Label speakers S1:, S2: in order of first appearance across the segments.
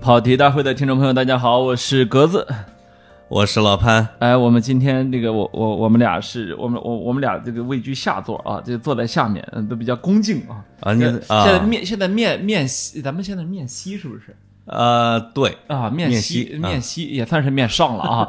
S1: 跑题大会的听众朋友，大家好，我是格子。
S2: 我是老潘，
S1: 哎，我们今天这个我我我们俩是我们我我们俩这个位居下座啊，就坐在下面，嗯，都比较恭敬啊。
S2: 啊你
S1: 现在
S2: 啊
S1: 现在面现在面面西，咱们现在面西是不是？
S2: 呃， 对，
S1: 啊，面西
S2: 面西啊
S1: 西也算是面上了啊，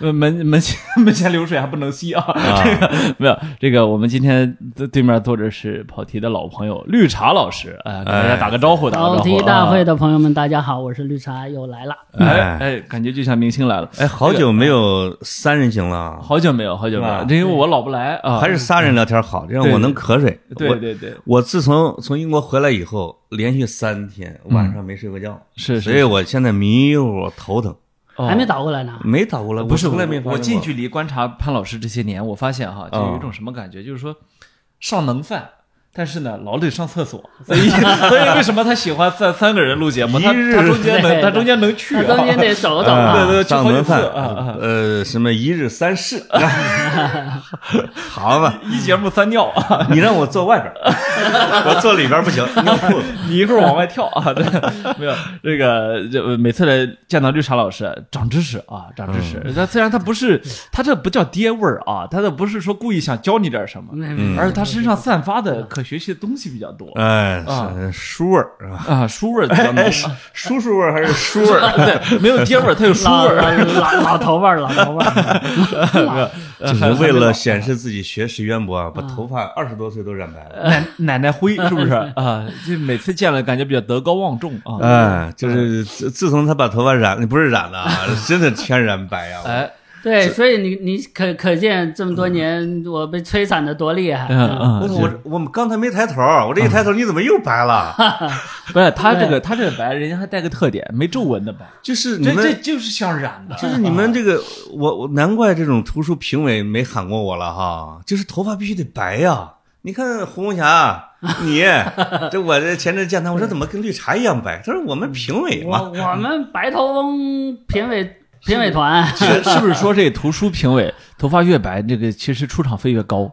S1: 这个 门门前 门前流水还不能西啊，这个没有这个我们今天对对面坐着是跑题的老朋友绿茶老师，哎，给大家
S2: 哎
S1: 打个招呼，打个
S3: 跑
S1: 招
S3: 题
S1: 呼啊。
S3: 大会的朋友们，大家好，我是绿茶，又来了。
S1: 哎哎，感觉就像明星来了，
S2: 哎，好久没有三人行了啊，
S1: 好久没有，好久没有
S2: 是吧，
S1: 这因为我老不来啊，
S2: 还是仨人聊天好，让
S1: 对
S2: 我能瞌睡。
S1: 对
S2: 我
S1: 对对，
S2: 我自从从英国回来以后，连续三天晚上没睡过觉，
S1: 嗯是
S2: 所以
S1: 是，
S2: 我现在迷糊头疼，
S1: 哦
S3: 还没倒过来呢。
S2: 没打过了，
S1: 不是
S2: 我从来
S1: 我
S2: 没发
S1: 我
S2: 生
S1: 近
S2: 过
S1: 距离观察潘老师这些年，我发现哈，就有一种什么感觉，就是说上能饭。但是呢，老得上厕所，所以所以为什么他喜欢三三个人录节目？他
S2: 一日
S1: 他中间能
S3: 对
S1: 他中间能去
S3: 那
S1: 啊
S3: 中间得走走
S2: 啊
S1: 对对
S3: 啊。
S1: 对去
S2: 上
S1: 好几
S2: 顿饭
S1: 次啊啊，
S2: 呃，什么一日三试， 好 吧，
S1: 一节目三尿啊，
S2: 你让我坐外边儿，我坐里边儿不行，尿裤子
S1: 你一会儿往外跳啊，对，没有这个这每次来见到绿茶老师，长知识啊，长知识。他虽然他不是他这不叫爹味儿啊，他这不是说故意想教你点什么，
S3: 没没
S1: 而是他身上散发的可学习的东西比较多
S2: 哎
S1: 嗯啊，
S2: 是书味儿是吧？
S1: 啊，书味儿比较浓
S2: 哎，是叔叔味儿还是书味儿？
S1: 对，没有爹味儿，它有叔
S3: 老
S1: 味儿。
S3: 老老老头发儿，老头发 儿老。
S2: 就是为了显示自己学识渊博啊，把头发二十多岁都染白了。
S1: 奶奶奶灰是不是 啊？就每次见了感觉比较德高望重啊。
S2: 哎，就是自自从他把头发染，不是染了啊，真的全染白啊！
S1: 哎，
S3: 对，所以你你可可见这么多年我被摧残的多厉害。
S1: 嗯
S2: 我
S1: 嗯，
S2: 我我们刚才没抬头，我这一抬头，你怎么又白了？
S1: 不是他这个他这个白，人家还带个特点，没皱纹的白，
S2: 就是你
S1: 哎这这
S2: 们，
S1: 嗯就是想染的。
S2: 就是你们这个，我我难怪这种图书评委没喊过我了哈，就是头发必须得白呀。你看胡红霞，你这我这前阵见他，我说怎么跟绿茶一样白？他说我们评委
S3: 我
S2: 嘛，
S3: 我们白头翁评委评委团，
S1: 是是不是说这图书评委头发越白，这个其实出场费越高？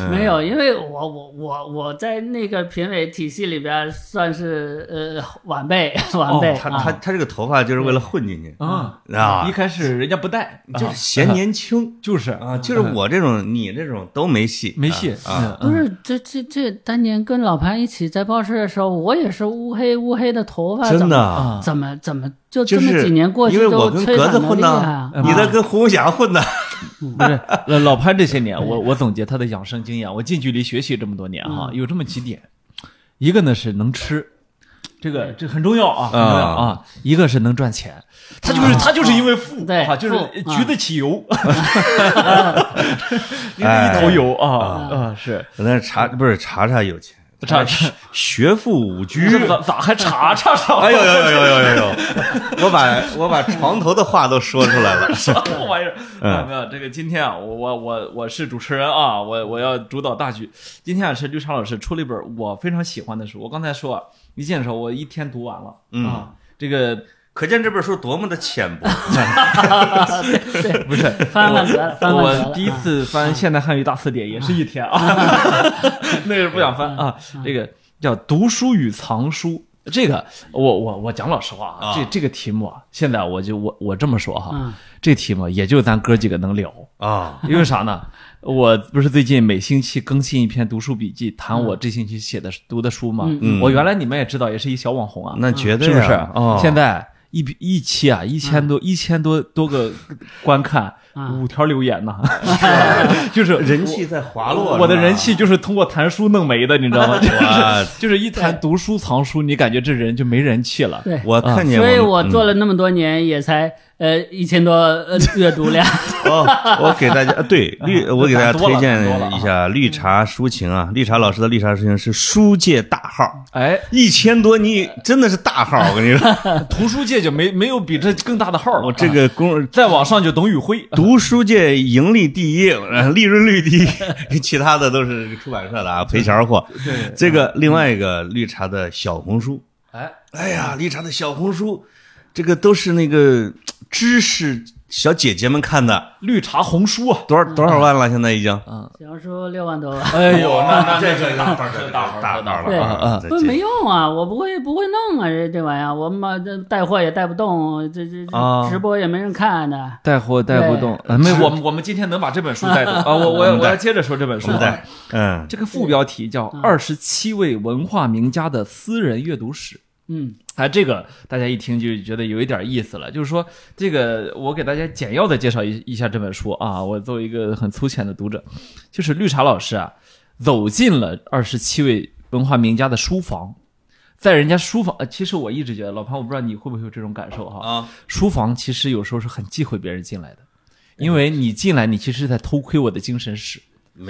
S1: 嗯
S3: 没有，因为我我我我在那个评委体系里边儿算是呃晚辈晚
S1: 哦
S3: 辈
S2: 他
S3: 啊
S2: 他他这个头发就是为了混进去
S1: 哎啊
S2: 啊
S1: 一，开始人家不带，
S2: 就是嫌年轻
S1: 就是
S2: 啊，就是我这种你这种都没戏，
S1: 没戏
S2: 啊啊。
S1: 嗯
S3: 不是，这这这当年跟老潘一起在报社的时候，我也是乌黑乌黑的头发，
S2: 真的
S1: 嗯
S2: 啊，
S1: 啊，
S3: 怎么怎么怎么就
S2: 就
S3: 这么
S2: 是
S3: 几年过去
S2: 因为
S3: 都
S2: 我跟
S3: 摧
S2: 格
S3: 残
S2: 子
S3: 的
S2: 混
S3: 厉害啊
S2: 的，，
S1: 嗯
S2: 你的跟胡红霞混的，
S1: 不是老老潘这些
S3: 哎
S1: 年，我我总结他的养生经验，我近距离学习这么多年
S3: 嗯
S1: 哈，有这么几点，一个呢是能吃。这个这很重要啊，很重要啊！一个是能赚钱，他就是他就是因为富，
S3: 啊对
S1: 啊，就是
S3: 富嗯
S1: 局得起 油，拎着
S2: 哎
S1: 一头油
S3: 哎
S1: 啊啊是，
S2: 那查不是查查有钱，
S1: 查查
S2: 学富五车。
S1: 这咋咋还查查查？
S2: 哎呦呦呦呦呦呦呦！我把我把床头的话都说出来了。
S1: 什么 玩意儿？没
S2: 嗯
S1: 有没有，这个今天啊，我我我我是主持人啊，我我要主导大局。今天啊是绿茶老师出了一本我非常喜欢的书，我刚才说啊，一见的时候我一天读完了、
S3: 嗯
S1: 啊，这个
S2: 可见这本书多么的浅薄。
S3: 啊
S1: 不是。
S3: 翻翻得了，翻翻得
S1: 我
S3: 了。嗯
S1: 第一次翻《现代汉语大词典》也是一天 啊， 那是不想翻
S3: 嗯
S1: 啊。这个叫“读书与藏书”，这个我我我讲老实话啊，
S2: 啊
S1: 这这个题目啊，现在我就我我这么说哈
S3: 嗯，
S1: 这题目也就咱哥几个能聊。
S2: 啊，
S1: 因为啥呢？我不是最近每星期更新一篇读书笔记，谈我这星期写的读的书嘛。
S2: 嗯
S1: 我原来你们也知道，也是一小网红啊，
S2: 那绝对
S1: 是不是？
S2: 啊哦
S1: 现在一比一期啊，一千多、一千多多个观看，
S3: 嗯
S1: 五条留言呐、就是
S2: 人气在滑落。
S1: 我的
S2: 是吧
S1: 人气就是通过谈书弄没的，你知道吗？
S2: 哇
S1: 就是就是一谈读书藏书，你感觉这人就没人气了。
S3: 对，
S2: 我嗯看见，
S3: 所以我做了那么多年，也才呃一千多呃阅 读量。
S2: 哦，我给大家呃 对绿，我给大家推荐一
S1: 懒多啊
S2: 下绿茶抒情啊，绿茶老师的绿茶抒情是书界大号，
S1: 哎，
S2: 一千多，你真的是大号，我跟你 说，
S1: 图书界就没没有比这更大的号了。
S2: 我这个公
S1: 再往上就董宇辉，
S2: 读书界盈利第一，呃利润率第一， 其他的都是出版社的啊，赔钱儿货。
S1: 对，
S2: 这个另外一个绿茶的小红书，
S1: 哎。
S2: 哎呀，绿茶的小红书，这个都是那个知识小姐姐们看的，
S1: 绿茶红书啊，
S2: 多少多少万了？现在已经。
S1: 嗯，
S3: 小说六万多万。
S1: 哎呦，那那
S2: 哦这个大
S1: 大
S2: 大
S1: 大
S2: 了啊！
S3: 不没用啊，我不会不会弄啊，这这玩意儿，我妈这带货也带不动，这这
S2: 啊
S3: 这直播也没人看的。
S1: 带货带不动，呃没有，我们我们今天能把这本书带动啊！我我要
S2: 我们
S1: 我
S2: 带
S1: 要接着说这本书
S2: 我们
S1: 啊
S2: 在。嗯，
S1: 这个副标题叫《二十七位文化名家的私人阅读史》。
S3: 嗯
S1: 哎，这个大家一听就觉得有一点意思了。就是说，这个我给大家简要的介绍一一下这本书啊。我作为一个很粗浅的读者，就是绿茶老师啊，走进了二十七位文化名家的书房，在人家书房，呃其实我一直觉得，老潘，我不知道你会不会有这种感受哈、
S2: 啊，
S1: 书房其实有时候是很忌讳别人进来的，因为你进来，你其实是在偷窥我的精神史，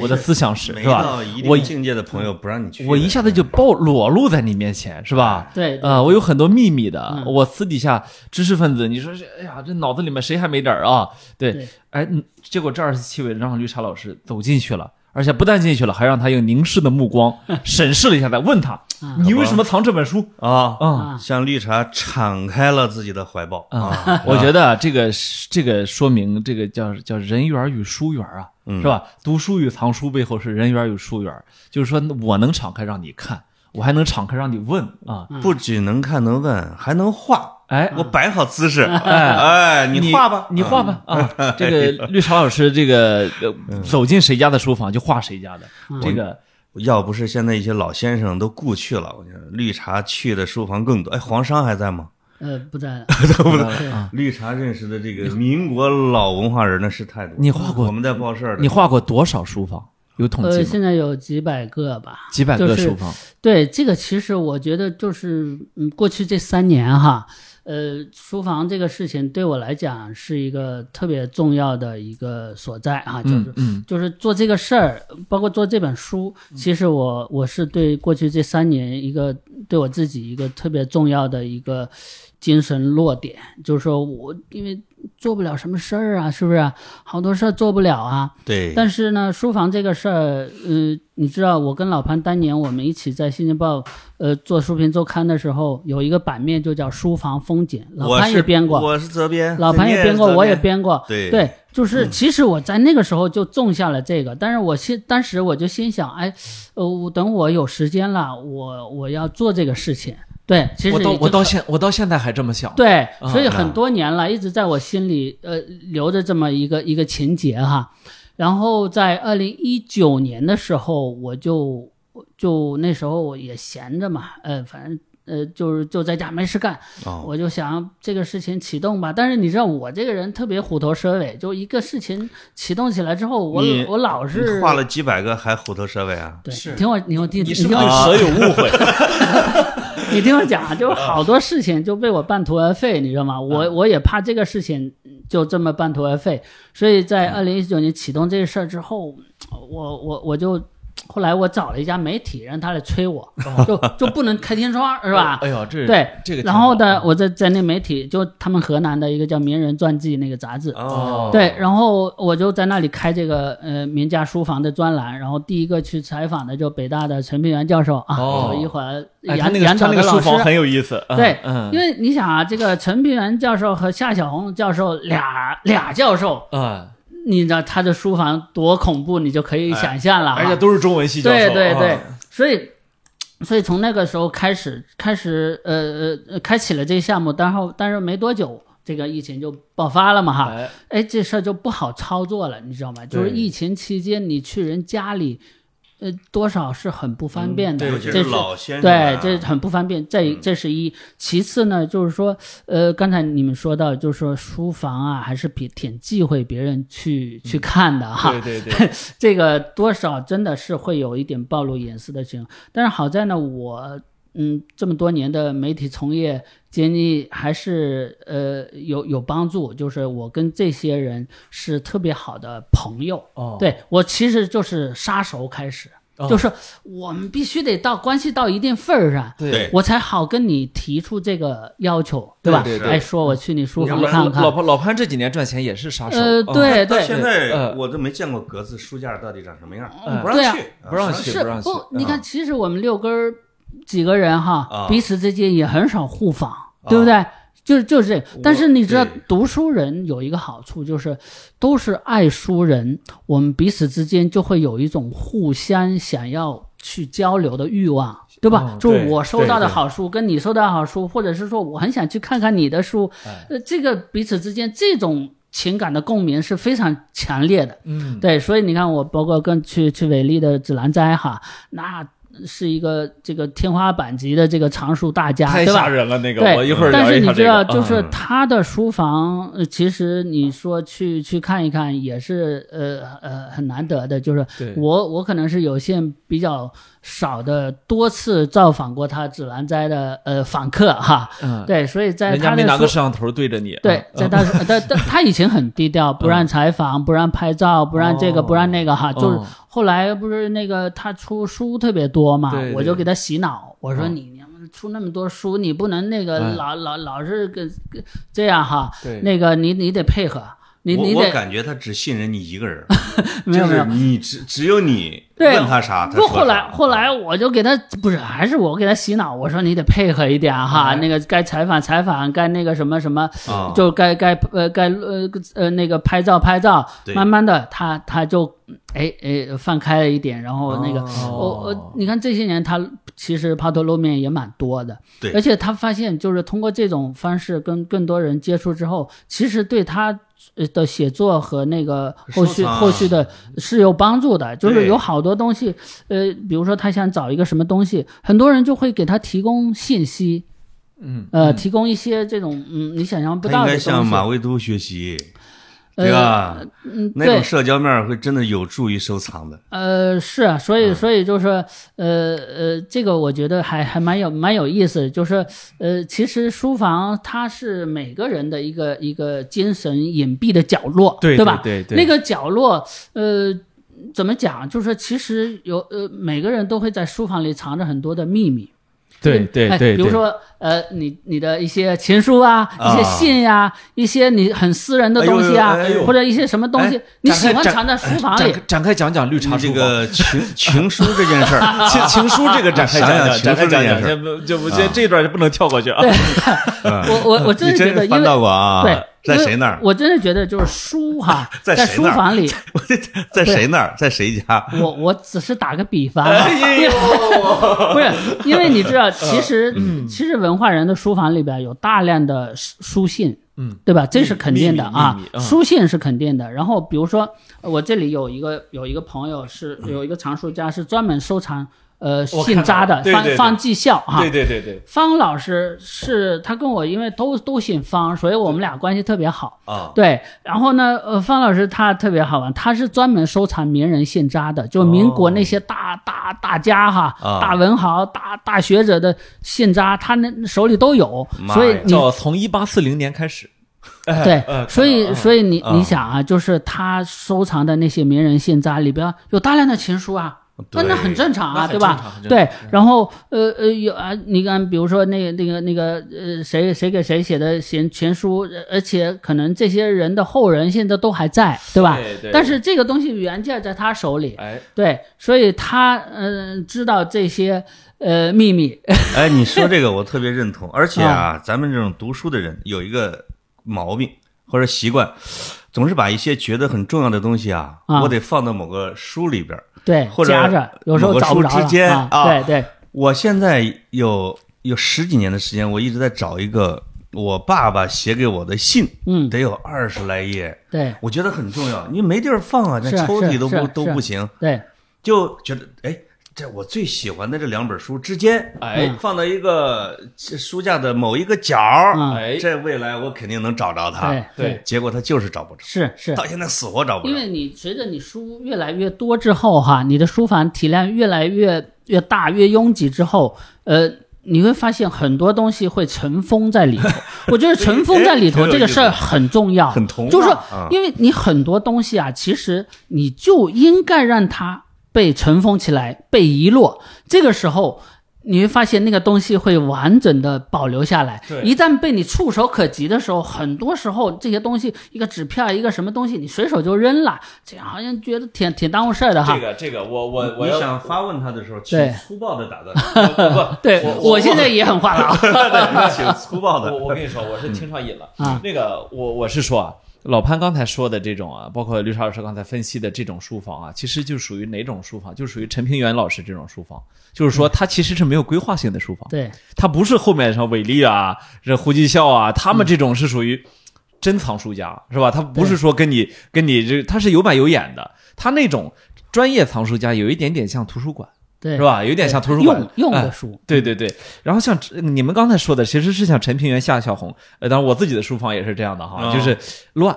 S1: 我的思想史，
S2: 没
S1: 是吧？
S2: 到一
S1: 我
S2: 定境界的朋友不让你去的。
S1: 我一下子就暴裸露在你面前，是吧？
S3: 对对
S1: 啊、我有很多秘密的，
S3: 嗯
S1: 我私底下知识分子，你说这，哎呀，这脑子里面谁还没点儿啊？对，
S3: 对
S1: 哎，嗯结果这二十七位让绿茶老师走进去了，而且不但进去了，还让他用凝视的目光审视了一下他，问他
S3: 啊，
S1: 你为什么藏这本书？
S2: 啊，
S1: 啊、
S3: 啊，
S2: 向绿茶敞开了自己的怀抱啊
S1: 啊！， 我觉得这个是这个说明这个叫叫人缘与书缘啊，
S2: 嗯
S1: 是吧？读书与藏书背后是人缘与书缘，就是说我能敞开让你看，我还能敞开让你问啊，
S2: 不仅能看能问，还能画。
S1: 哎，
S3: 嗯
S2: 我摆好姿势，
S1: 哎
S2: 哎，你画吧，
S1: 你画吧啊！这个绿茶老师，这个呃走进谁家的书房就画谁家的，这个
S2: 要不是现在一些老先生都故去了，我觉得绿茶去的书房更多。哎，黄商还在吗？
S3: 呃，不在了。
S1: 呃嗯
S2: 绿茶认识的这个民国老文化人那是太多了。
S1: 你画过
S2: 我们在报社的，
S1: 你画过多少书房？有统
S3: 呃，
S1: 计吗？
S3: 现在有几百个吧。
S1: 几百个
S3: 就是
S1: 书房，
S3: 对，这个其实我觉得就是，嗯，过去这三年哈，呃，书房这个事情对我来讲是一个特别重要的一个所在啊，就是
S1: 嗯嗯
S3: 就是做这个事儿，包括做这本书，其实我我是对过去这三年一个对我自己一个特别重要的一个精神落点，就是说我因为做不了什么事儿啊，是不是啊、好多事儿做不了啊，
S2: 对，
S3: 但是呢，书房这个事儿，呃，你知道，我跟老潘当年我们一起在《新京报》呃做书评周刊的时候，有一个版面就叫《书房风景》，老
S2: 我
S3: 潘
S2: 是
S3: 也编过，
S2: 我是责编，
S3: 老潘
S2: 你
S3: 也
S2: 也
S3: 编过，
S2: 责
S3: 我也。编过。
S2: 对
S3: 对，就是其实我在那个时候就种下了这个，但是我心当时我就心想，哎，呃，我等我有时间了，我我要做这个事情。对，其实
S1: 我到
S3: 已经
S1: 我到
S3: 很
S1: 现我到现在还这么想。
S3: 对，
S1: 啊
S3: 所以很多年了，一直在我心里呃留着这么一个一 个情节哈。然后在二零一九年的时候，我就就那时候我也闲着嘛，呃，反正呃就是就在家没事干，
S2: 哦，
S3: 我就想这个事情启动吧。但是你知道我这个人特别虎头蛇尾，就一个事情启动起来之后，我
S2: 你
S3: 我老是
S2: 你画了几百个还虎头蛇尾啊？
S3: 对，
S1: 是
S3: 你听我，你听我听，
S1: 你是啊
S3: 听
S1: 不
S3: 我
S1: 是蛇有误会？
S3: 你听我讲 啊，就是好多事情就被我半途而废，你知道吗？
S1: 啊
S3: 我我也怕这个事情就这么半途而废，所以在
S1: 啊
S3: 二零一九年启动这个事儿之后，我我我就后来我找了一家媒体，让他来催我，就就不能开天窗是 吧？
S1: 哎呦，这
S3: 对，
S1: 哦这个挺
S3: 然
S1: 好啊嗯
S3: 后呢，我在在那媒体，就他们河南的一个叫《名人传记》那个杂志，
S2: 哦，
S3: 对，然后我就在那里开这个呃名家书房的专栏，然后第一个去采访的就北大的陈平原教授啊，
S1: 哦
S3: 有一会儿
S1: 哎他
S3: 杨
S1: 那
S3: 杨
S1: 个他
S3: 导
S1: 那
S3: 的
S1: 个
S3: 老
S1: 书
S3: 师
S1: 房，很有意思。嗯
S3: 对，
S1: 嗯
S3: 因为你想啊，这个陈平原教授和夏小红教授俩俩教授，
S1: 啊，
S3: 你知道他的书房多恐怖，你就可以想象了啊、
S1: 而且都是中文系教授。
S3: 对对
S1: 啊
S3: 对，，所以所以从那个时候开始，开始呃呃呃开启了这个项目，然后但是没多久。这个疫情就爆发了嘛哈，
S1: 哎
S3: 哎，这事儿就不好操作了，你知道吗？就是
S1: 对
S3: 疫情期间，你去人家里，呃，多少是很不方便的。
S2: 尤嗯其
S3: 这
S2: 是
S3: 是
S2: 老先生
S3: 对
S2: 啊，嗯
S3: 这很不方便。这这是一，其次呢，就是说，呃，刚才你们说到，就是说书房啊，还是比挺忌讳别人去
S2: 嗯
S3: 去看的哈。
S1: 对对 对，
S3: 这个多少真的是会有一点暴露隐私的情况。但是好在呢，我嗯这么多年的媒体从业经历还是呃有有帮助，就是我跟这些人是特别好的朋友。
S1: 哦，
S3: 对我其实就是杀熟开始，
S1: 哦
S3: 就是我们必须得到关系到一定份儿上。
S2: 对
S3: 我才好跟你提出这个要求，吧？
S1: 对对对
S3: 哎，说我去你书
S1: 老
S3: 房看看
S1: 老，潘老潘这几年赚钱也是杀手。
S3: 呃，
S1: 嗯
S3: 对
S2: 到
S3: 对，
S2: 现
S1: 呃
S2: 在我都没见过格子书架到底长什么样，
S1: 嗯
S2: 不让
S3: 对啊
S2: 去，
S1: 不让去
S2: 去
S3: 是
S1: 不让去
S3: 你看，其实我们六根儿几个人哈，
S2: 啊
S3: 彼此之间也很少互访，
S2: 啊
S3: 对不对？就是就是这个。但是你知道
S2: 对，
S3: 读书人有一个好处就是，都是爱书人，我们彼此之间就会有一种互相想要去交流的欲望。对吧
S1: 哦？
S3: 就
S2: 嗯对
S3: 我收到的
S2: 对对
S3: 好书，跟你收到的好书，或者是说我很想去看看你的书，呃，这个彼此之间这种情感的共鸣是非常强烈的。
S1: 嗯，
S3: 对，所以你看，我包括跟去去伟力的指南斋哈，那是一个这个天花板级的这个常数大家，
S1: 太
S3: 对
S1: 吓
S3: 吧？
S1: 人了那个，
S3: 对
S1: 我一会儿
S3: 但
S1: 聊
S3: 是
S1: 一
S3: 你
S1: 下
S3: 知
S1: 这
S3: 道，
S1: 个。
S3: 就
S1: 嗯
S3: 是他的书房，呃其实你说去去看一看也是呃呃很难得的，就是
S1: 对
S3: 我我可能是有限比较少的多次造访过他指南斋的呃访客哈，
S1: 嗯，
S3: 对，所以在
S1: 人家
S3: 他
S1: 没拿
S3: 的
S1: 个
S3: 书
S1: 摄像头对着你。
S3: 对
S1: 嗯，
S3: 在他他他他以前很低调，不让采访，不让拍照，不让这个，
S1: 哦
S3: 不让那个哈。
S1: 哦
S3: 啊就是后来不是那个他出书特别多嘛
S1: 对对，
S3: 我就给他洗脑，我说
S1: 嗯
S3: 你你出那么多书，你不能那个
S1: 哎
S3: 老老老是跟跟这样哈
S1: 对，
S3: 那个你你得配合，你你
S2: 我我
S3: 得
S2: 感觉他只信任你一个人，
S3: 没有
S2: 就是
S3: 没有。
S2: 你只只有你
S3: 对
S2: 问他啥，他
S3: 不，
S2: 说
S3: 后来
S2: 啥
S3: 后来我就给他不是，还是我给他洗脑，我说你得配合一点哈，
S2: 哎
S3: 那个该采访采访，该那个什么什么，
S2: 啊，
S3: 就该该呃该呃呃那个拍照拍照
S2: 对，
S3: 慢慢的他他就哎哎放开了一点，然后那个
S1: 哦
S3: 我我你看这些年他其实抛头露面也蛮多的，
S2: 对
S3: 而且他发现就是通过这种方式跟更多人接触之后，其实对他呃的写作和那个后续
S2: 收藏啊
S3: 后续的是有帮助的，就是
S2: 对
S3: 有好多东西，呃，比如说他想找一个什么东西，很多人就会给他提供信息。
S1: 嗯，
S3: 呃，提供一些这种嗯你想象不
S2: 他
S3: 到
S2: 应
S3: 的
S2: 该
S3: 东西。
S2: 向马未都学习，
S3: 呃
S2: 对吧？
S3: 嗯，
S2: 那种
S3: 对，
S2: 社交面儿会真的有助于收藏 的。
S3: 呃，是啊，所
S1: 嗯
S3: 以所以就是呃呃，这个我觉得还还蛮有蛮有意思的，就是呃，其实书房它是每个人的一个一个精神隐蔽的角落，
S1: 对
S3: 吧？
S1: 对对，
S3: 那个角落，呃，怎么讲？就是其实有呃，每个人都会在书房里藏着很多的秘密。
S1: 对对
S3: 哎
S1: 对，
S3: 比如
S1: 对
S3: 说呃，你你的一些情书啊，一些信呀、一些你很私人的东西啊，
S2: 哎呦哎呦哎呦
S3: 或者一些什么东西，
S2: 哎
S3: 你
S1: 展开
S3: 喜欢
S1: 展哎
S3: 藏在书房
S1: 展
S3: 里
S1: 开。展开讲讲绿茶
S2: 这
S1: 书房。
S2: 个情情书这件事儿，
S1: 情情书这个展开讲
S2: 想想
S1: 讲，展开
S2: 情书这
S1: 讲
S2: 件
S1: 讲，
S2: 事
S1: 先不
S2: 啊
S1: 就不这这段就不能跳过去 啊。
S3: 我 我我 真
S2: 你
S3: 的觉
S2: 真
S3: 得，
S2: 是
S3: 因
S2: 翻
S3: 为
S2: 到过啊？
S3: 对，
S2: 在
S3: 因为
S2: 谁那儿？
S3: 我真的觉得就是书哈，
S2: 在
S3: 在
S2: 谁
S3: 书
S2: 那儿
S3: 房里，
S2: 在谁那儿？在谁 家？
S3: 我我只是打个比方啊，
S1: 哎
S2: 哎
S3: 不是因为你知
S2: 嗯
S3: 道，其实其实文化人的书房里边有大量的书书信，
S1: 嗯，
S3: 对吧？这是肯定的啊
S1: 秘
S2: 嗯
S1: 密，啊
S3: 书信是肯定的。然后比如说，呃我这里有一个有一个朋友是有一个藏书家是专门收藏呃
S1: 我看到
S3: 信札的
S1: 了，对
S3: 方
S1: 对对
S3: 方继孝哈，
S1: 对对对
S3: 方老师是他跟我因为都都姓方，所以我们俩关系特别好。
S2: 啊，
S3: 对，然后呢，呃，方老师他特别好玩，他是专门收藏名人信札的，就民国那些大、大大家哈、
S2: 哦啊
S3: 大文豪、大大学者的信札，他那手里都有，
S2: 妈呀
S3: 所以
S1: 对，
S3: 你
S1: 叫从一八四零年开始。
S3: 对
S1: 呃，
S3: 所以所以你、
S2: 啊
S3: 你想啊，就是他收藏的那些名人信札里边有大量的情书啊，那那很正常
S1: 那
S3: 啊，
S1: 很
S3: 对吧
S1: 正常很？正
S3: 对
S1: 常，
S3: 然后呃呃有啊，你看比如说那个那个那个呃谁谁给谁写的前前书，呃而且可能这些人的后人现在都还在，对吧？
S1: 对对
S3: 但是这个东西原件在他手里，
S1: 哎，
S3: 对，所以他嗯、呃知道这些呃秘密，
S2: 哎，你说这个我特别认同，而且
S3: 嗯
S2: 啊，咱们这种读书的人有一个毛病或者习惯，总是把一些觉得很重要的东西啊，
S3: 啊
S2: 我得放到某个书里边儿。
S3: 对
S2: 或，者
S3: 夹着有时
S2: 某
S3: 候
S2: 个
S3: 找不
S2: 书
S3: 着
S2: 之间
S3: 了啊，
S2: 啊
S3: 对对，
S2: 我现在有有十几年的时间，我一直在找一个我爸爸写给我的信，
S3: 嗯，
S2: 得有二十来页，
S3: 对
S2: 我觉得很重要，你没地儿放啊，那
S3: 是啊
S2: 抽
S3: 是啊
S2: 屉都
S3: 是
S2: 不
S3: 啊
S2: 都
S3: 是啊
S2: 不行，
S3: 对，
S2: 就觉得哎，这我最喜欢的这两本书之间，
S1: 哎
S2: 放到一个书架的某一个角
S3: 嗯
S2: 儿，
S1: 哎
S2: 这未来我肯定能找着
S3: 对
S2: 它。
S1: 对，
S2: 结果他就是找不着，
S3: 是是，
S2: 到现在死活找不
S3: 因
S2: 着。
S3: 为你随着你书越来越多之后哈，你的书房体量越来越越大、越拥挤之后，呃，你会发现很多东西会尘封 在里头。我觉得尘封在里头
S2: 哎
S3: 这个事儿很重要，
S2: 很童话
S3: 就是说
S2: 啊
S3: 因为你很多东西啊，其实你就应该让它被尘封起来、被遗落。这个时候，你会发现那个东西会完整的保留下来
S1: 对。
S3: 一旦被你触手可及的时候，很多时候这些东西，一个纸片，一个什么东西，你随手就扔了，这样好像觉得挺挺耽误事儿的哈。
S1: 这个这个，我我我
S2: 你
S1: 要
S2: 想发问他的时候，请
S3: 对
S2: 粗暴的打 断他。
S3: 对
S1: 我
S3: 我现在也很话 痨
S2: 不，请粗暴的。
S1: 我我跟你说，我是听上瘾了。
S3: 啊
S1: 那个，我我是说啊，老潘刚才说的这种啊，包括刘超老师刚才分析的这种书房啊，其实就属于哪种书房？就属于陈平原老师这种书房，就是
S3: 嗯
S1: 说它其实是没有规划性的书房，
S3: 对
S1: 它不是后面什么伟力啊、这胡继孝啊，他
S3: 嗯
S1: 们这种是属于珍藏书家，是吧？他不是说跟你跟你这，他是有板有眼的，他那种专业藏书家有一点点像图书馆，
S3: 对，
S1: 是？吧？有点像图书馆
S3: 用用
S1: 哎
S3: 的书，
S1: 对对对，然后像呃你们刚才说的，其实是像陈平原、夏小红，呃，当然我自己的书房也是这样的哈，
S2: 哦
S1: 就是乱。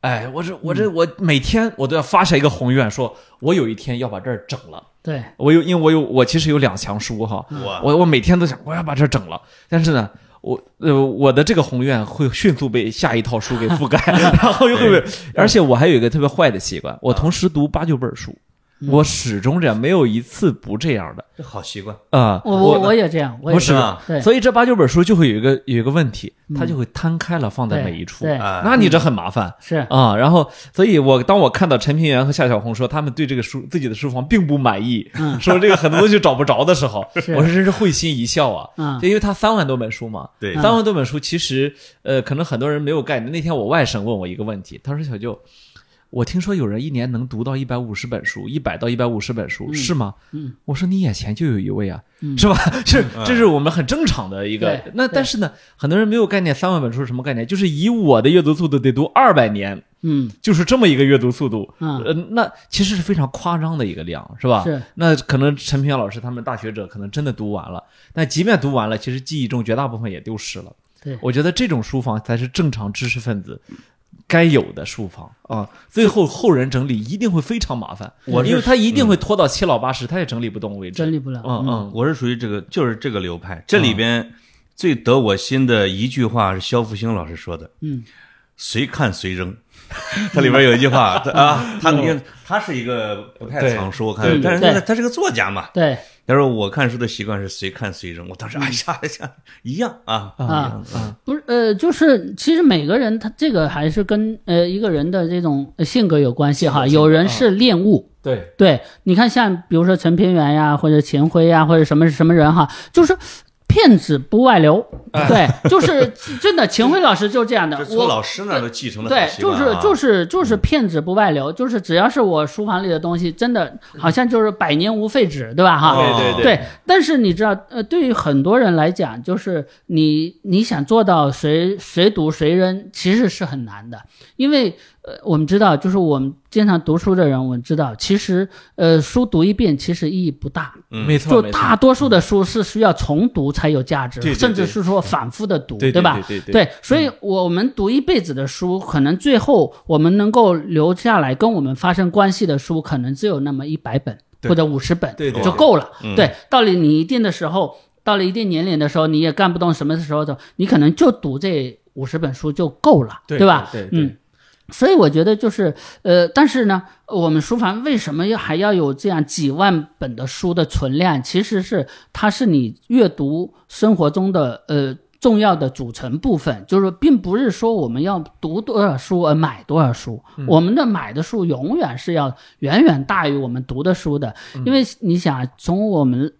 S1: 哎，我这我这我每天我都要发下一个宏愿，说我有一天要把这儿整了。
S3: 对
S1: 我有，因为我有，我其实有两墙书哈，
S2: 我
S1: 我我每天都想我要把这儿整了，但是呢。我呃，我的这个宏愿会迅速被下一套书给覆盖，然后又会被，而且我还有一个特别坏的习惯，我同时读八九本书，我始终这样，没有一次不这样的
S2: 这好习惯，
S1: 啊、
S3: 我我我也这样，我也
S1: 不是
S3: 这样
S2: 啊
S3: 对嗯
S1: 所以这八九本书就会有一个有一个问题，它就会摊开了放在每一处，啊
S3: 对嗯对
S2: 哎
S1: 那你这很麻烦
S3: 是
S1: 啊。然后，所以我当我看到陈平原和夏小红说他们对这个书自己的书房并不满意，
S3: 嗯
S1: 说这个很多东西找不着的时候，
S3: 是
S1: 我是真是会心一笑啊。
S3: 嗯
S1: 就因为他三万多本书嘛，
S2: 对
S1: 三万多本书其实呃，可能很多人没有概念。那天我外甥问我一个问题，他说：“小舅，我听说有人一年能读到一百五十本书，一百到一百五十本书，是吗？”
S3: 嗯，
S1: 我说你眼前就有一位啊，
S3: 嗯
S1: 是吧？ 是，
S2: 嗯
S1: 这是我们很正常的一个。
S3: 对
S1: 那但是呢，很多人没有概念，三万本书是什么概念？就是以我的阅读速度得读二百年，
S3: 嗯
S1: 就是这么一个阅读速度。
S3: 嗯
S1: 呃，那其实是非常夸张的一个量，是吧？
S3: 是。
S1: 那可能陈平阳老师他们大学者可能真的读完了，但即便读完了，其实记忆中绝大部分也丢失了。
S3: 对
S1: 我觉得这种书房才是正常知识分子该有的书房啊。最后后人整理一定会非常麻烦，
S2: 我是
S1: 因为他一定会拖到七老八十，他也整理不动为止。
S3: 嗯整理不了，
S1: 嗯嗯，
S2: 我是属于这个，就是这个流派。这里边最得我心的一句话是肖复兴老师说的
S3: 嗯，：“
S2: 随看随扔。” 它里边有一句话他啊，他你看他是一个不太
S1: 对
S2: 藏书，我
S1: 对
S2: 看，但是
S3: 对
S2: 他他是个作家嘛。
S3: 对
S2: 他说我看书的习惯是随看随扔。我当时哎呀哎呀，一样啊，
S3: 啊，
S1: 嗯
S3: 不是呃，就是其实每个人他这个还是跟呃一个人的这种呃性格有关系哈，有人
S1: 啊
S3: 是恋物。
S1: 对，
S3: 对，你看像比如说陈平原呀，或者秦晖呀，或者什么什么人哈，就是骗子不外流，对，就是真的秦晖老师就这样的
S2: 哎 这，从
S3: 我
S2: 老师那儿都继承了
S3: 对
S2: 好，习
S3: 就
S2: 惯
S3: 是
S2: 啊
S3: 就是就是骗子不外流，就是只要是我书房里的东西，真的好像就是百年无废纸，对吧？哈，
S2: 哦
S1: 对对
S3: 对，但是你知道，呃，对于很多人来讲，就是你你想做到谁谁读谁扔，其实是很难的，因为呃，我们知道，就是我们经常读书的人，我们知道，其实呃，书读一遍其实意义不大，
S2: 嗯
S1: 没错，
S3: 就
S1: 没错
S3: 大多数的书是需要重读才有价值
S1: 对，对
S3: 甚至
S1: 对
S3: 是说反复的读，
S1: 对
S3: 吧？
S1: 对嗯对
S3: 对，所以我们读一辈子的书，可能最后我们能够留下来跟我们发生关系的书，可能只有那么一百本
S1: 对
S3: 或者五十本
S1: 对对
S3: 就
S1: 对
S3: 够了
S2: 嗯。
S3: 对，到了你一定的时候，到了一定年龄的时候，你也干不动什么时候的，你可能就读这五十本书就够了，
S1: 对
S3: 吧？
S1: 对对对
S3: 嗯。所以我觉得就是，呃，但是呢，我们书房为什么要还要有这样几万本的书的存量？其实是它是你阅读生活中的呃重要的组成部分，就是并不是说我们要读多少书而买多少书，我们的买的书永远是要远远大于我们读的书的，因为你想啊从我们。呃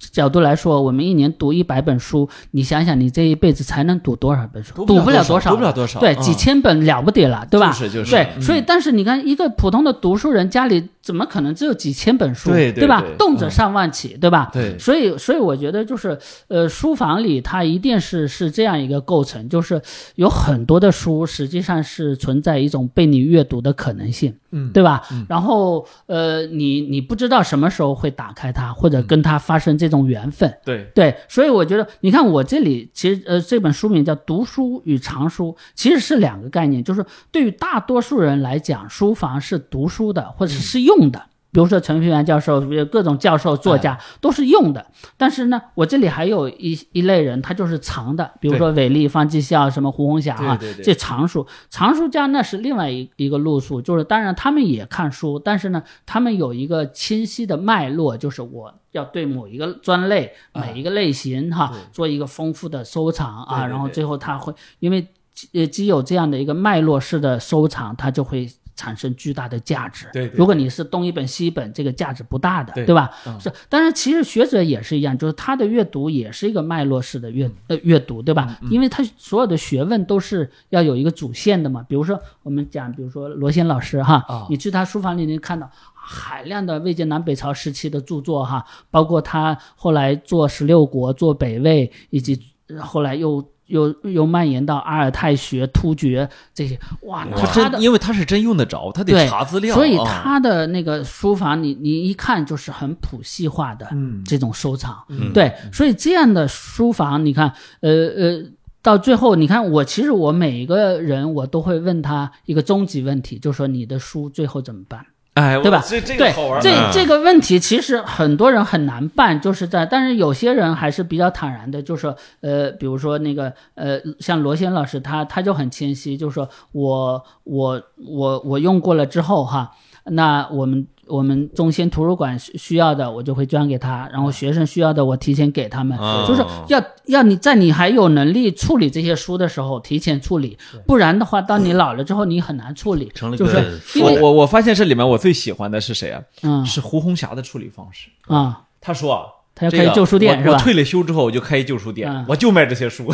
S3: 角度来说，我们一年读一百本书，你想想，你这一辈子才能读多少本书？
S1: 读
S3: 读不了多少，
S1: 读不了多少，
S3: 对，
S1: 嗯
S3: 几千本了不得了，对吧？
S1: 就是就是
S3: 对，
S1: 嗯
S3: 所以但是你看，一个普通的读书人家里怎么可能只有几千本书，
S1: 对对
S3: 吧
S1: 对？
S3: 动辄
S1: 嗯
S3: 上万起，对吧？
S1: 对
S3: 所以所以我觉得就是，呃，书房里它一定是是这样一个构成，就是有很多的书实际上是存在一种被你阅读的可能性，
S1: 嗯
S3: 对吧？然后呃，你你不知道什么时候会打开它，或
S1: 嗯
S3: 者跟它发生这种缘分，
S1: 对
S3: 对，所以我觉得，你看我这里其实呃，这本书名叫《读书与藏书》，其实是两个概念，就是对于大多数人来讲，书房是读书的或者是用的，比如说陈培元教授，比如各种教授、作家都是用的。但是呢，我这里还有一一类人，他就是藏的，比如说伟力、方继孝、什么胡红霞啊，
S1: 对对对
S3: 这藏书。藏书家那是另外一一个路数，就是当然他们也看书，但是呢，他们有一个清晰的脉络，就是我要对某一个专类、每一个类型哈、做一个丰富的收藏啊，
S1: 对对
S3: 然后
S1: 对
S3: 最后他会因为。呃，既有这样的一个脉络式的收藏，它就会产生巨大的价值。
S1: 对对
S3: 如果你是东一本西一本，这个价值不大的，
S1: 对嗯
S3: 吧？是，但是其实学者也是一样，就是他的阅读也是一个脉络式的
S1: 嗯
S3: 阅呃阅读，对吧？因为他所有的学问都是要有一个主线的嘛。比如说我们讲，比如说罗新老师哈，
S1: 啊
S3: 你去他书房里，你看到。海量的魏晋南北朝时期的著作哈，包括他后来做十六国、做北魏，以及呃后来又又又蔓延到阿尔泰学、突厥这些，哇，那
S1: 他
S3: 他的
S1: 真因为他是真用得着，他得
S3: 对
S1: 查资料，
S3: 所以
S1: 啊
S3: 他的那个书房，你你一看就是很谱系化的
S1: 嗯
S3: 这种收藏，
S2: 嗯
S3: 对，所以这样的书房，你看，呃呃。到最后，你看我其实我每一个人我都会问他一个终极问题，就是说你的书最后怎么办？
S1: 哎，我
S3: 对吧
S1: 这这
S3: 对
S1: 个好玩儿，，
S3: 这
S2: 嗯
S3: 这个问题其实很多人很难办，就是在，但是有些人还是比较坦然的，就是说呃，比如说那个呃，像罗先老师他他就很清晰，就是说我我我我用过了之后哈，那我们。我们中心图书馆需需要的，我就会捐给他；然后
S2: 啊
S3: 学生需要的，我提前给他们。
S2: 嗯
S3: 就是要要你在你还有能力处理这些书的时候提前处理，不然的话，当你老了之后，你很难处理。
S2: 成了一
S3: 就
S2: 个
S3: 是因
S1: 我
S3: 为
S1: 我我发现这里面我最喜欢的是谁啊？
S3: 嗯
S1: 是胡红霞的处理方式。
S3: 啊。
S1: 他说啊，
S3: 他要
S1: 这
S3: 开
S1: 个
S3: 旧书店
S1: 我
S3: 是吧
S1: 我退了休之后我就开一旧书店
S3: 嗯，
S1: 我就卖这些书。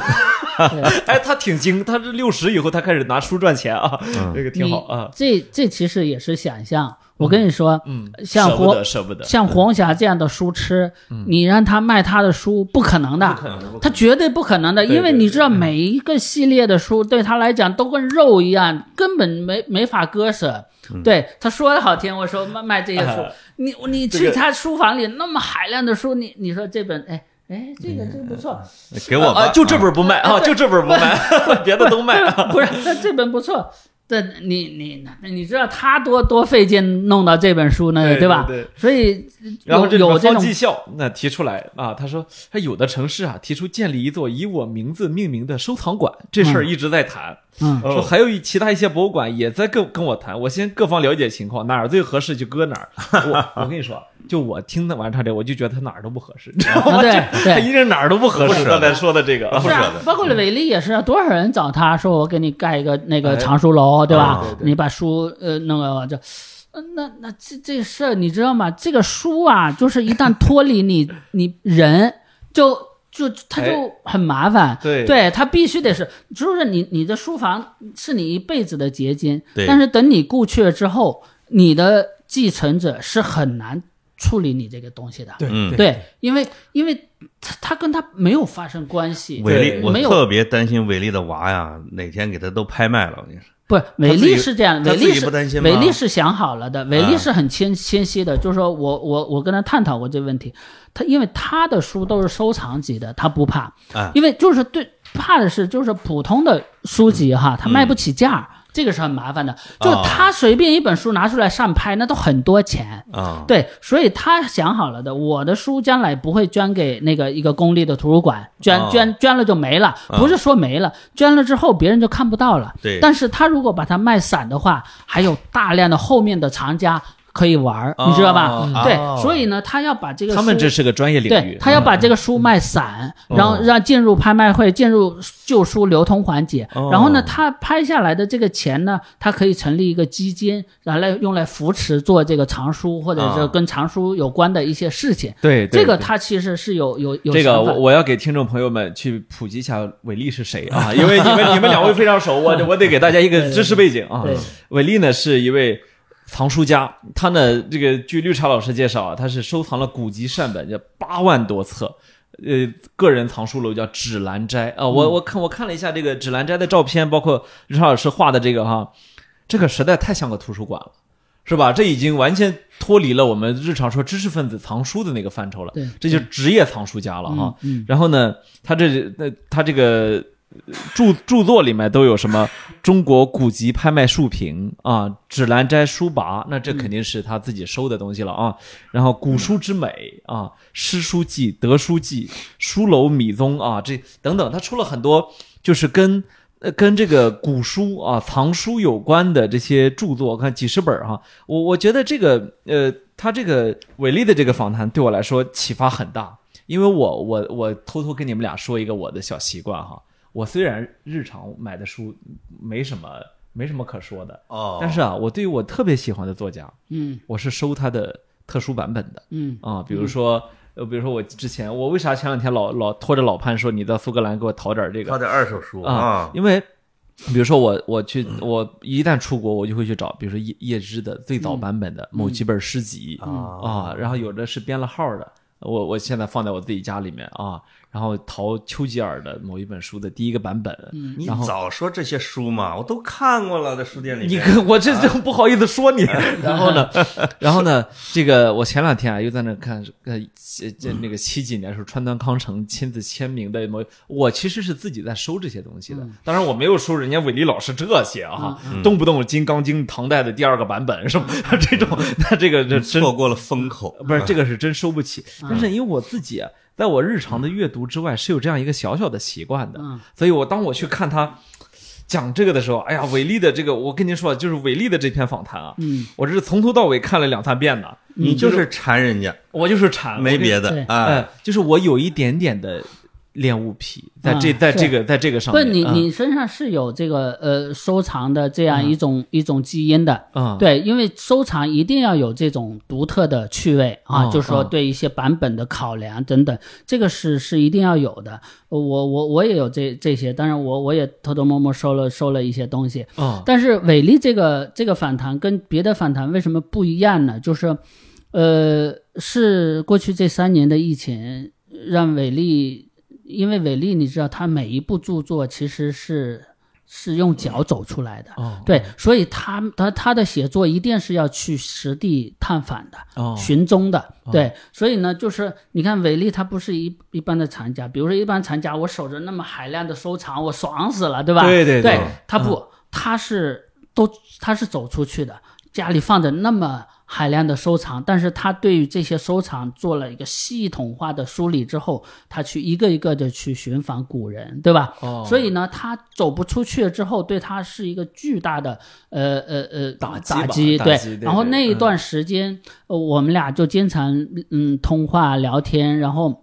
S3: 对
S1: 哎，他挺精，他是六十以后他开始拿书赚钱啊，这个挺好啊。
S3: 这这其实也是想象。我跟你说，
S1: 嗯，
S3: 像
S1: 舍不
S3: 胡
S1: 得舍不得，嗯
S3: 像黄霞这样的书痴，你让他卖他的书，不可能的，他绝对不可能的，
S1: 对嗯
S3: 因为你知道每一个系列的书对他来讲都跟肉一样，根本没没法割舍。对他说的好听，我说卖卖这些书
S1: 哎，
S3: 你你
S1: 这
S3: 去
S1: 个
S3: 他书房里那么海量的书，你你说这本哎哎这个这个不错，
S2: 给我
S3: 呃
S2: 吧
S1: 啊，，就这本不卖啊，就这本不 卖，别的都卖啊。
S3: 不是，那这本不错。但你你那你知道他多多费劲弄到这本书呢，
S1: 对
S3: 哎吧？
S1: 对对
S3: 所以
S1: 然后
S3: 有
S1: 这里面
S3: 有这
S1: 方
S3: 种
S1: 继孝那提出来啊，他说他有的城市啊提出建立一座以我名字命名的收藏馆，这事儿一直在谈。
S3: 嗯
S1: 说还有一其他一些博物馆也在跟跟我谈，我先各方了解情况，哪儿最合适就搁哪儿。我我跟你说，就我听完他这，我就觉得他哪儿都不合适，你知道吗？
S3: 啊对
S1: 这
S3: 对
S1: 他一定哪儿都不合
S2: 不
S1: 适。
S2: 舍
S1: 刚
S2: 得
S1: 才说的这个，啊
S2: 不
S3: 是
S2: 舍
S3: 啊
S2: 得，
S3: 包括伟力也是啊，多少人找他说我给你盖一个那个
S1: 哎
S3: 藏书楼，对吧？
S2: 啊对
S3: 你把书呃弄个这，呃那那这这事儿你知道吗？这个书啊，就是一旦脱离你你人，就就他
S1: 哎
S3: 就很麻烦。
S1: 对
S3: 对他必须得是，就是你你的书房是你一辈子的结晶，
S2: 对
S3: 但是等你故去了之后，你的继承者是很难处理你这个东西的。
S1: 对
S2: 嗯
S3: 对，因为因为他他跟他没有发生关系，
S2: 伟
S1: 对
S2: 力，我
S3: 没有
S2: 特别担心伟力的娃呀，哪天给他都拍卖了。我跟你说，
S3: 不是伟
S2: 自己
S3: 力是这样，
S2: 他
S3: 伟
S2: 自
S3: 力
S2: 己
S3: 是
S2: 不担心吗啊
S3: 伟力是想好了的，伟力是很清清晰的，就是说我我我跟他探讨过这个问题，他因为他的书都是收藏级的，他不怕
S2: 啊，
S3: 因为就是对怕的是就是普通的书籍哈，他卖不起价，这个是很麻烦的，就是
S2: 嗯哦
S3: 他随便一本书拿出来上拍，那都很多钱，
S2: 啊，
S3: 对，所以他想好了的，我的书将来不会捐给那个一个公立的图书馆，捐、
S2: 哦
S3: 捐捐了就没了，不是说没了，捐了之后别人就看不到了。
S2: 啊对
S3: 但是他如果把它卖散的话，还有大量的后面的藏家可以玩儿，你知道吧？
S2: 哦
S3: 对，
S2: 哦
S3: 所以呢，他要把这个
S1: 他们
S3: 书
S1: 这是个专业领
S3: 对
S1: 域，嗯哦
S3: 他要把这个书卖散，
S2: 嗯
S3: 然后让进入拍卖会，进入旧书流通环节。
S2: 哦
S3: 然后呢，他拍下来的这个钱呢，他可以成立一个基金，然后来用来扶持做这个藏书或者是
S2: 啊
S3: 跟藏书有关的一些事情。
S1: 对对
S3: 这个
S1: 对
S3: 他其实是有有有
S1: 这个
S3: 想法
S1: 我我要给听众朋友们去普及一下伟力是谁啊， 因为你们你们两位非常熟，我我得给大家一个知识背景啊
S3: 对对。
S1: 伟力呢是一位藏书家，他呢这个据绿茶老师介绍啊，他是收藏了古籍善本，这八万多册。呃，个人藏书楼叫芷兰斋啊，
S3: 嗯
S1: 我我看我看了一下这个芷兰斋的照片，包括绿茶老师画的这个哈，这个实在太像个图书馆了。是吧？这已经完全脱离了我们日常说知识分子藏书的那个范畴了。
S3: 对
S1: 这就是职业藏书家了哈。
S3: 嗯嗯
S1: 然后呢，他这那他这个呃著著作里面都有什么中国古籍拍卖述评啊，指南斋书跋，那这肯定是他自己收的东西了啊。然后古书之美啊，诗书记、德书记、书楼米宗啊，这等等，他出了很多就是跟呃跟这个古书啊藏书有关的这些著作，我看几十本儿哈、我我觉得这个呃，他这个伟力的这个访谈对我来说启发很大，因为我我我偷偷跟你们俩说一个我的小习惯哈，我虽然日常买的书没什么没什么可说的，
S2: 哦，
S1: 但是啊，我对于我特别喜欢的作家，
S3: 嗯
S1: 我是收他的特殊版本的
S3: 嗯
S1: 啊，比如说。呃，比如说我之前，我为啥前两天老老拖着老潘说你到苏格兰给我淘点儿这个
S2: 他的二手书
S1: 啊，，因为比如说我我去我一旦出国，我就会去找，比如说叶叶芝的最早版本的某几本诗集、
S3: 嗯
S1: 啊，然后有的是编了号的，我我现在放在我自己家里面啊，然后淘丘吉尔的某一本书的第一个版本，
S2: 你
S1: 然后
S2: 早说这些书嘛，我都看过了，在书店里面。
S1: 你跟我这这不好意思说你。然后呢，然后呢，这个我前两天啊又在那看，呃，这这那个七几年时候川端康成亲自签名的某，我其实是自己在收这些东西的，当然我没有收人家伟力老师这些啊，动不动《金刚经》唐代的第二个版本什么这种，那这个这真
S2: 错过了风
S3: 呃
S2: 口，
S1: 不是这个是真收不起，
S3: 嗯
S1: 但是因为我自己啊在我日常的阅读之外是有这样一个小小的习惯的，
S3: 嗯
S1: 所以我当我去看他讲这个的时候，哎呀，伟力的这个，我跟您说，啊就是伟力的这篇访谈啊，
S3: 嗯，
S1: 我这是从头到尾看了两三遍的，
S2: 你就是馋人家，
S1: 我就是馋，
S2: 没别
S1: 的，
S2: 的
S3: 对
S2: 啊。
S1: 哎，就是我有一点点的恋物癖，在这
S3: 嗯
S1: 在这个在这个上
S3: 不，
S1: 面，
S3: 你
S1: 嗯
S3: 你身上是有这个呃收藏的这样一种一种基因的，
S1: 嗯
S3: 对，因为收藏一定要有这种独特的趣味啊，
S1: 嗯
S3: 就是说
S1: 嗯
S3: 对一些版本的考量等等，这个是是一定要有的。呃我我我也有这这些，当然我我也偷偷摸摸收了收了一些东西，
S1: 嗯
S3: 但是伟力这个这个反弹跟别的反弹为什么不一样呢？就是，呃，是过去这三年的疫情让伟力，因为伟力你知道他每一部著作其实是是用脚走出来的，
S1: 哦
S3: 对，所以他他他的写作一定是要去实地探访的。
S1: 哦
S3: 寻踪的，对，所以呢，就是你看伟力他不是一一般的藏家，比如说一般藏家，我守着那么海量的收藏，我爽死了，对吧？
S1: 对对嗯
S3: 对
S1: 对
S3: 他不，他是都他是走出去的，家里放着那么海量的收藏，但是他对于这些收藏做了一个系统化的梳理之后，他去一个一个的去寻访古人，对吧？
S1: 哦
S3: 所以呢，他走不出去之后，对他是一个巨大的呃呃呃
S1: 打击吧
S3: 打击，
S1: 打
S3: 对
S1: 击对。
S3: 然后
S1: 对
S3: 那一
S1: 嗯
S3: 段时间，呃我们俩就经常嗯通话聊天，然后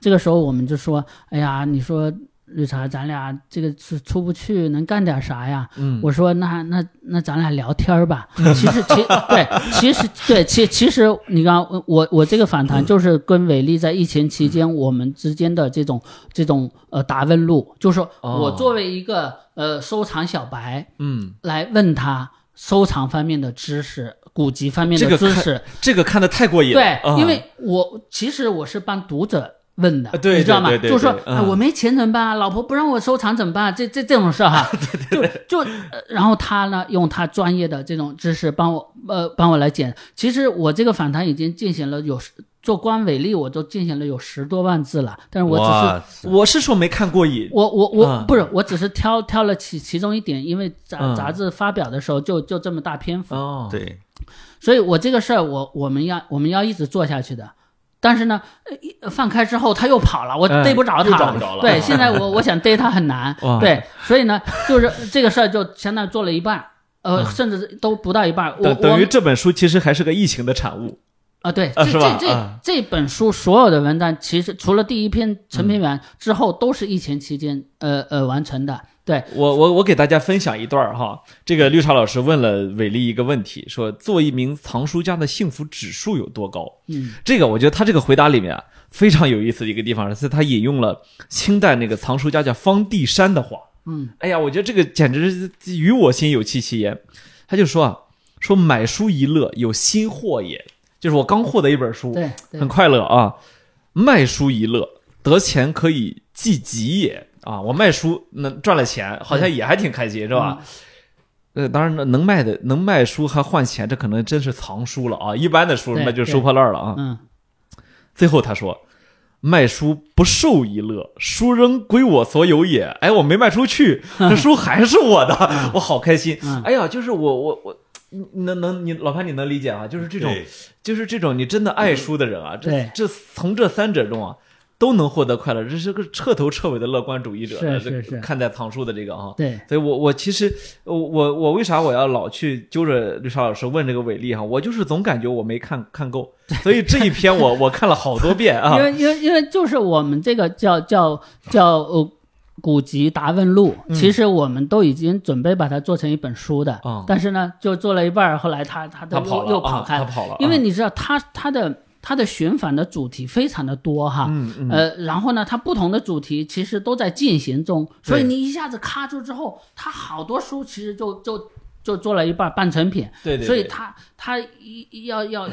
S3: 这个时候我们就说，哎呀，你说绿茶，咱俩这个是出不去，能干点啥呀？
S1: 嗯
S3: 我说那那那咱俩聊天 儿吧。其实其对，其实对其其实你刚我我这个反
S1: 嗯
S3: 弹就是跟伟力在疫情期间我们之间的这种这种呃答问录，就是说
S1: 哦
S3: 我作为一个呃收藏小白
S1: 嗯，
S3: 来问他收藏方面的知识。古籍方面
S1: 这个
S3: 的知
S1: 看
S3: 识，
S1: 这个看的太过瘾了，
S3: 对，
S1: 啊
S3: 因为我其实我是帮读者问的
S1: 啊，对
S3: 你知道吗？
S1: 对对对
S3: 就是说
S1: 对、
S3: 哎
S1: 嗯
S3: 我没钱怎么办啊？老婆不让我收藏怎么办啊？这这这种事儿哈， 就就、呃然后他呢，用他专业的这种知识帮我呃帮我来剪。其实我这个访谈已经进行了有十做官伟力，我都进行了有十多万字了，但是我只是
S2: 哇，
S1: 我是说没看过瘾，
S3: 我我我、
S1: 嗯
S3: 不是，我只是挑挑了其其中一点，因为杂、
S1: 嗯
S3: 杂志发表的时候就就这么大篇幅，
S1: 哦，
S2: 对，
S3: 所以我这个事儿，我我们要我们要一直做下去的。但是呢，呃一放开之后他又跑了，我
S1: 哎
S3: 逮不着他
S1: 又找不着了
S3: 对，现在我我想逮他很难
S1: 哇。
S3: 对，所以呢，就是这个事儿就相当于做了一半，呃，甚至都不到一半。我
S1: 嗯等等于
S3: 我
S1: 这本书其实还是个疫情的产物，
S3: 啊，对，
S1: 啊
S3: 这
S1: 是吧
S3: 这这
S1: 啊
S3: 这本书所有的文章，其实除了第一篇《陈平
S1: 嗯
S3: 原》之后，都是疫情期间呃呃完成的。对，
S1: 我我我给大家分享一段儿哈，这个绿茶老师问了伟力一个问题，说做一名藏书家的幸福指数有多高？
S3: 嗯，
S1: 这个我觉得他这个回答里面啊非常有意思的一个地方是，他引用了清代那个藏书家叫方地山的话。
S3: 嗯，
S1: 哎呀，我觉得这个简直是与我心有戚戚焉。他就说啊，说买书一乐，有新货也，就是我刚获得一本书，
S3: 对对
S1: 很，快乐啊。卖书一乐，得钱可以济急也啊。我卖书能赚了钱，好像也还挺开心，是吧？
S3: 嗯
S1: 呃，当然了能卖的能卖书还换钱，这可能真是藏书了啊。一般的书
S3: 对
S1: 那就
S3: 对
S1: 收破烂了啊。
S3: 嗯
S1: 最后他说，卖书不受一乐，书仍归我所有也。哎，我没卖出 去，这书还是我的，我好开心。
S3: 嗯
S1: 哎呀，就是我我我，你能能你老潘你能理解啊？就是这种
S2: 对
S1: 就是这种你真的爱书的人啊，这
S3: 嗯对
S1: 这从这三者中啊，都能获得快乐，这是个彻头彻尾的乐观主义者，呃
S3: 是
S1: 这
S3: 是是
S1: 看待藏书的这个啊。
S3: 对，
S1: 所以我我其实我我我为啥我要老去揪着绿茶老师问这个伟力哈、我就是总感觉我没看看 够，所以这一篇我我看了好多遍啊
S3: 因。为因为因为就是我们这个叫叫叫呃古籍答问录，其实我们都已经准备把它做成一本书的，
S1: 嗯
S3: 但是呢，就做了一半儿，后来他他
S1: 他
S3: 他
S1: 跑
S3: 又
S1: 了，
S3: 又
S1: 啊
S3: 跑开
S1: 他
S3: 了，
S1: 跑了啊，
S3: 因为你知道他他的他的寻访的主题非常的多哈，
S1: 嗯嗯
S3: 呃，然后呢，它不同的主题其实都在进行中，所以
S1: 对
S3: 你一下子卡住之后，它好多书其实就就就做了一半半成品，
S1: 对对，
S3: 所以
S1: 对
S3: 他他一一 要要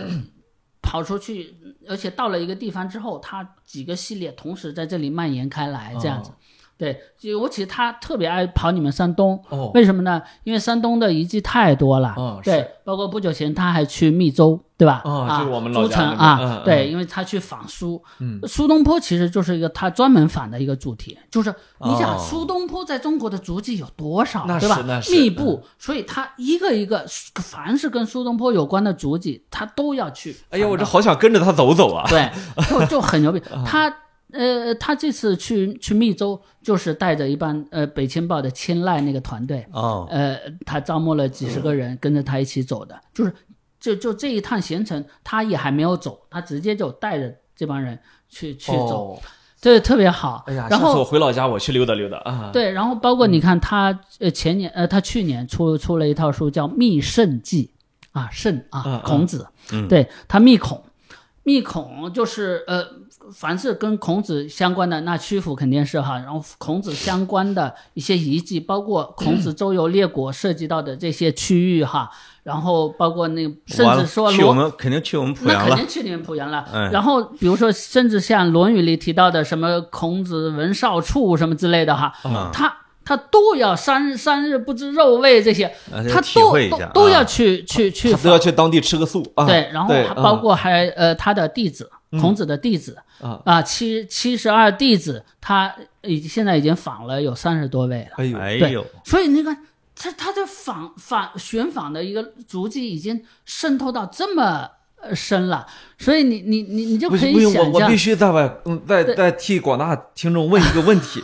S3: 跑出去，而且到了一个地方之后，他几个系列同时在这里蔓延开来，这样
S1: 哦
S3: 子。对，尤其他特别爱跑你们山东，
S1: 哦
S3: 为什么呢？因为山东的遗迹太多了，
S1: 哦是
S3: 对，包括不久前他还去密州，对吧？
S1: 哦
S3: 啊，
S1: 就是我们老
S3: 诸
S1: 家
S3: 城
S1: 那边
S3: 啊，
S1: 嗯嗯
S3: 对，因为他去访苏，
S1: 嗯
S3: 苏东坡其实就是一个他专门访的一个主题，就是你想
S2: 哦
S3: 苏东坡在中国的足迹有多少，
S1: 那
S3: 对吧
S1: 是那？是
S3: 密布，所以他一个一个，凡是跟苏东坡有关的足迹，他都要去访到。
S1: 哎呀，我这好想跟着他走走啊。
S3: 对，就就很 牛逼。他呃，他这次去去密州，就是带着一帮呃北青报的青睐那个团队，
S2: 哦，
S3: 呃，他招募了几十个人跟着他一起走的，就是就就这一趟行程，他也还没有走，他直接就带着这帮人去去走，
S1: 哦，
S3: 这特别好。
S1: 哎呀，下
S3: 然
S1: 次我
S3: 后。
S1: 回老家我去溜达溜达啊。
S3: 对，然后包括
S2: 嗯
S3: 你看他，呃，前年，呃，他去年出出了一套书叫《密圣记》，啊，圣
S1: 嗯
S3: 啊
S1: 嗯，
S3: 孔子，
S2: 嗯
S3: 对他密孔，密孔就是呃，凡是跟孔子相关的，那曲阜肯定是哈，然后孔子相关的一些遗迹，包括孔子周游列国涉及到的这些区域哈，然后包括那甚
S2: 完
S3: 至
S2: 了
S3: 说
S2: 去我
S3: 罗。
S2: 们肯定去我们濮
S3: 那
S2: 阳
S3: 肯
S2: 了
S3: 定，去你们濮阳了，
S2: 嗯
S3: 然后比如说，甚至像《论语》里提到的什么孔子文少处什么之类的哈，
S2: 啊
S3: 他他都要三日三日不知肉味这些，
S2: 啊
S3: 他
S2: 体
S3: 都
S2: 会一
S3: 都
S2: 下
S3: 都
S2: 啊
S3: 要去去去
S1: 他都要去当地吃个素啊。
S3: 对，然后还包
S1: 嗯
S3: 括还呃他的弟子，
S2: 嗯
S3: 孔子的弟子
S1: 啊
S3: 啊七七十二弟子，他已现在已经访了有三十多位了，
S1: 哎呦，
S2: 哎
S3: 对
S2: 呦，
S3: 所以你看他他的访访寻访的一个足迹已经渗透到这么呃深了，所以你你你你就
S1: 不
S3: 可
S1: 行
S3: 以
S1: 不行，
S3: 想
S1: 我我
S3: 象
S1: 必，须在外，嗯，再再替广大听众问一个问题：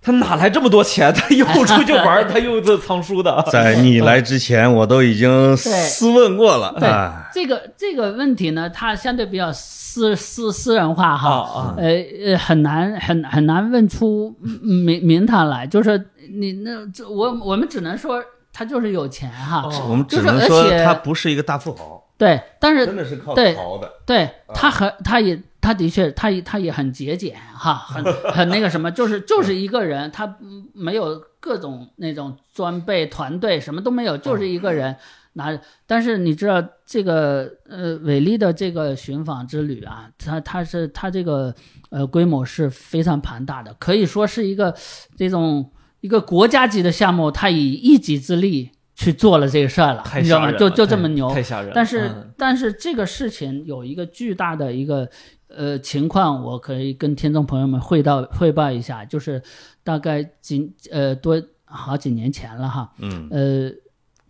S1: 他哪来这么多钱？他又出去玩儿， 他又这藏书的。
S2: 在你来之前，我都已经思问过了
S3: 对
S2: 啊。
S3: 这个这个问题呢，它相对比较私私私人化哈，
S1: 啊
S3: 呃呃，很难很很难问出嗯名名堂来，就是你那这我我们只能说他就是有钱哈，
S1: 哦
S2: 我们只能
S3: 就是
S2: 说
S3: 而且
S2: 他不是一个大富豪，
S3: 对，但
S2: 真
S3: 是
S2: 的是靠
S3: 对
S2: 淘的。
S3: 对他
S1: 啊
S3: 很他也他的确他也他也很节俭 哈，很很那个什么，就是就是一个人，他嗯没有各种那种装备团队什么都没有，就是一个
S1: 嗯
S3: 人。拿着，但是你知道这个呃，伟力的这个寻访之旅啊，它它是它这个呃规模是非常庞大的，可以说是一个这种一个国家级的项目，他以一己之力去做了这个事儿了，
S1: 太
S3: 你知道
S1: 吓
S3: 吗？
S1: 人
S3: 就
S1: 了
S3: 就这
S1: 太
S3: 么牛，
S1: 太吓
S2: 啊
S1: 人了。
S3: 但是、
S1: 嗯
S3: 但是这个事情有一个巨大的一个呃情况，我可以跟听众朋友们汇到汇报一下，就是大概几呃多好几年前了哈，
S2: 嗯，
S3: 呃，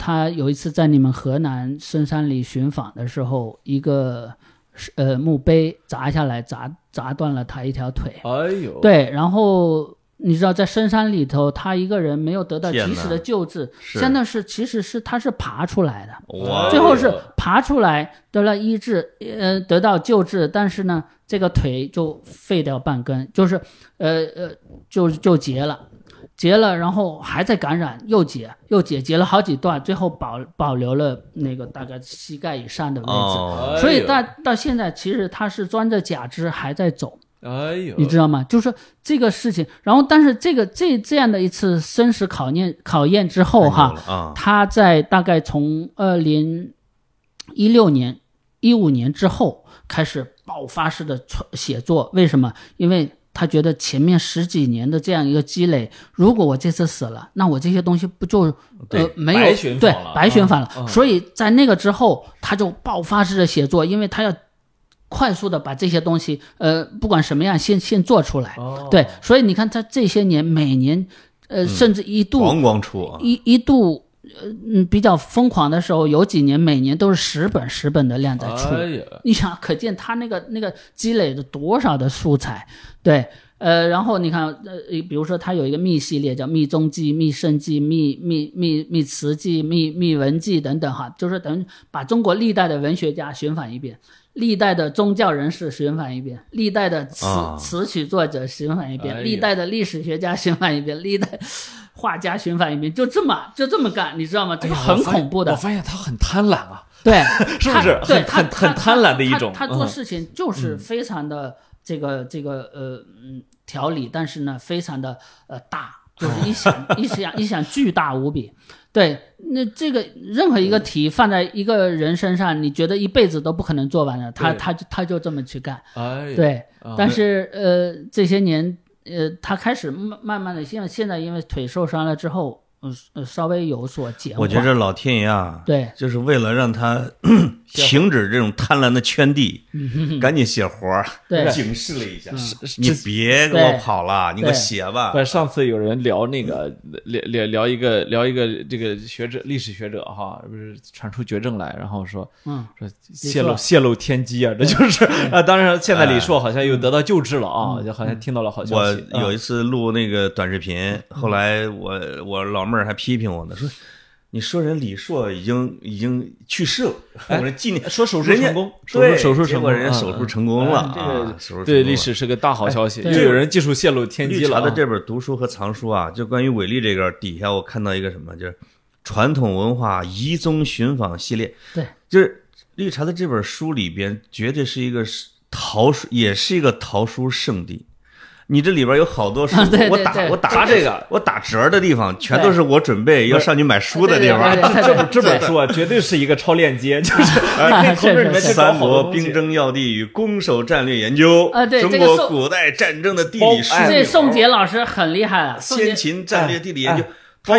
S3: 他有一次在你们河南深山里寻访的时候，一个是呃墓碑砸下来砸砸断了他一条腿，
S2: 哦
S1: 哎呦，
S3: 对，然后。你知道，在深山里头，他一个人没有得到及
S2: 天
S3: 时
S2: 哪
S3: 的救治，
S2: 是
S3: 真的是，其实是他是爬出来的，
S2: 哇，
S3: 呃最后是
S1: 哎呦
S3: 爬出来得了医治，呃，得到救治，但是呢，这个腿就废掉半根，就是呃呃，就就截了，截了，然后还在感染，又截又截，截了好几段，最后保保留了那个大概膝盖以上的位置。
S2: 哦，
S1: 哎
S3: 所以
S1: 呦
S3: 到到现在，其实他是装着假肢还在走，
S1: 哎呦，
S3: 你知道吗？就是这个事情。然后，但是这个这这样的一次生死考验考验之后
S1: 哎
S3: 哈，
S2: 啊，
S3: 他在大概从二零一六年、一五年之后开始爆发式的创写作。为什么？因为他觉得前面十几年的这样一个积累，如果我这次死了，那我这些东西不就呃
S2: 对
S3: 没有
S1: 白寻访
S3: 对
S1: 了
S3: 白寻访
S1: 嗯
S3: 了？所以在那个之后，他就爆发式的写作，因为他要快速的把这些东西，呃，不管什么样，先先做出来。
S1: 哦
S3: 对，所以你看，他这些年每年，呃，
S1: 嗯
S3: 甚至一度、
S2: 咣咣出啊，
S3: 一一度，呃，嗯，比较疯狂的时候，有几年每年都是十本十本的量在出。
S1: 哎呀，
S3: 你想，可见他那个那个积累了多少的素材，对，呃，然后你看，呃，比如说他有一个密系列叫密宗记、密圣记、密密密密词记、密密文记等等哈，就是等于把中国历代的文学家寻访一遍，历代的宗教人士寻访一遍，历代的词、
S2: 啊
S3: 词曲作者寻访一遍，
S1: 哎呀
S3: 历代的历史学家寻访一遍，历代 画家寻访一遍，就这么就这么干，你知道吗？这
S1: 哎
S3: 个
S1: 呀
S3: 很恐怖的。
S1: 我发现我发现他很贪婪啊，
S3: 对，
S1: 是不
S3: 他
S1: 是
S3: 对
S1: 很
S3: 他
S1: 很
S3: 他
S1: 很贪婪的一种
S3: 他他做
S1: 嗯
S3: 事情就是非常的这个这个呃嗯条理，但是呢，非常的呃大，就是一想 一想一想巨大无比。对，那这个任何一
S1: 嗯
S3: 个题放在一个人身上，你觉得一辈子都不可能做完的，他
S1: 对
S3: 他就他就这么去干。
S1: 哎呀，
S3: 对，
S1: 啊
S3: 但是呃这些年呃他开始慢慢慢的，现在现在因为腿受伤了之后，嗯呃稍微有所减缓。
S2: 我觉着老天爷啊，
S3: 对，
S2: 就是为了 让他停止这种贪婪的圈地，
S1: 嗯
S2: 赶紧写活 儿，
S3: 对
S2: 警示了一下，
S1: 是
S2: 你
S1: 之
S2: 别给我跑了，你给我
S3: 对
S2: 写吧
S1: 不。是上次有人聊那个 聊聊聊一个聊一个这个学者历史学者哈，不是传出绝症来，然后说
S3: 嗯。
S1: 说泄
S3: 没
S1: 露
S3: 错
S1: 泄露天机啊，这就是啊。当然，现在李硕好像又得到救治了啊，就好像听到了好消
S2: 哎我
S1: 息。啊
S2: 有
S1: 一
S2: 一次录那个短
S1: 嗯
S2: 视频，后来我我老妹儿还批评我呢，说你说人李硕已经已经去世了，我说纪念
S1: 说哎手术
S2: 人家
S1: 成功，手
S2: 对
S1: 术手术
S2: 结
S1: 成
S2: 果
S1: 功，
S2: 人家
S1: 嗯
S2: 手术成功了
S1: 哎
S2: 啊
S1: 这
S2: 手术
S1: 个
S2: 成功
S1: 对
S2: 了
S1: 历史是个大好消息，
S3: 对
S1: 又有人技术泄露天
S2: 绿
S1: 机了
S2: 茶
S1: 啊。
S2: 的这本读书和藏书啊，就关于伟力这个，底下我看到一个什么，就是传统文化遗踪寻访系列。
S3: 对，，
S2: 就是绿茶的这本书里边，绝对是一个是桃书，也是一个桃书圣地。你这里边有好多书
S3: 啊对对
S2: 我打
S3: 对
S2: 我打
S1: 这个
S2: 我打折的地方，全都是我准备要上去买书的地
S3: 对对对
S2: 方。
S3: 对对
S1: 哎这本这本
S3: 对
S1: 书啊，绝对是一个超链 接，就是你哎可以从这 里面去找
S2: 三
S1: 好多东
S2: 国
S1: 西
S2: 兵争要地与攻守战略研究
S3: 啊对
S2: 中
S3: 这个
S2: 国
S3: 宋
S2: 古代战争的地理枢
S1: 哎
S3: 这
S2: 纽，
S3: 宋杰老师很厉害了，宋杰
S2: 先秦战略地理研究
S1: 哎，
S2: 他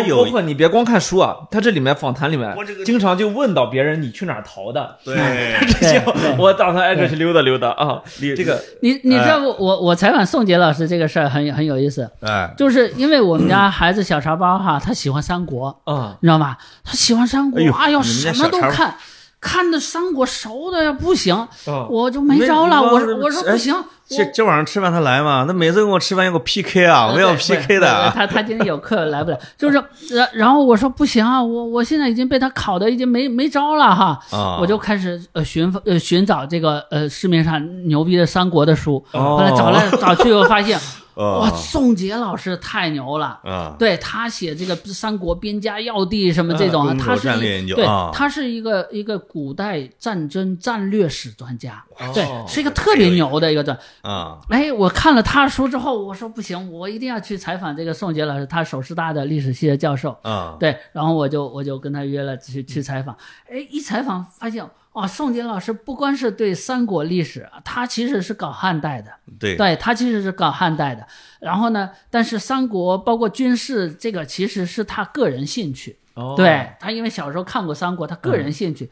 S1: 包
S2: 有
S1: 包括你别光看书啊，他这里面访谈里面
S2: 我这个
S1: 经常就问到别人你去哪儿逃的，
S2: 对
S1: 这些 我打算挨着去溜达溜达啊。
S2: 你
S1: 这个
S3: 你你知道我我我采访宋杰老师这个事儿很有很有意思，
S2: 哎，
S3: 就是因为我们家孩子小茶包哈，他喜欢三国，
S1: 啊，
S3: 你知道吗？他喜欢三国
S2: 哎，呦
S3: 哎呦
S2: 你们家
S3: 什么都
S2: 小茶包
S3: 看，看的三国熟的呀不行，
S1: 哦
S3: 我就没招了，
S2: 你们
S3: 我
S2: 你
S3: 说
S2: 们
S3: 我说
S2: 哎
S3: 不行，
S2: 今
S3: 我
S2: 今晚上吃饭他来嘛？他每次跟我吃饭要给我 PK 啊，我们要
S3: 对对
S2: PK
S3: 对
S2: 的啊。
S3: 他他今天有课来不了，就是然然后我说不行啊，我我现在已经被他考的已经没没招了哈，
S2: 啊
S3: 我就开始呃寻呃寻找这个呃市面上牛逼的三国的书，
S2: 哦
S3: 后来找来找去，我 发现
S2: 哦
S3: 哇，宋杰老师太牛了。
S2: 啊，
S3: 对他写这个三国边家要地什么这种啊
S2: 嗯，
S3: 他是
S2: 战略研
S3: 一
S2: 究
S3: 对
S2: 啊，
S3: 他是一个一个古代战争战略史专家
S1: 哦，
S3: 对，是一个特别牛的一个专。
S2: 啊，
S3: 哎，我看了他的书之后，我说不行，我一定要去采访这个宋杰老师，他首师大的历史系的教授。
S2: 啊，
S3: 对，然后我就我就跟他约了去
S1: 嗯
S3: 去采访，哎，一采访发现哦，宋杰老师不光是对三国历史，啊他其实是搞汉代的，
S2: 对
S3: 对他其实是搞汉代的。然后呢，但是三国包括军事这个其实是他个人兴趣，
S1: 哦嗯
S3: 对他因为小时候看过三国，他个人兴趣，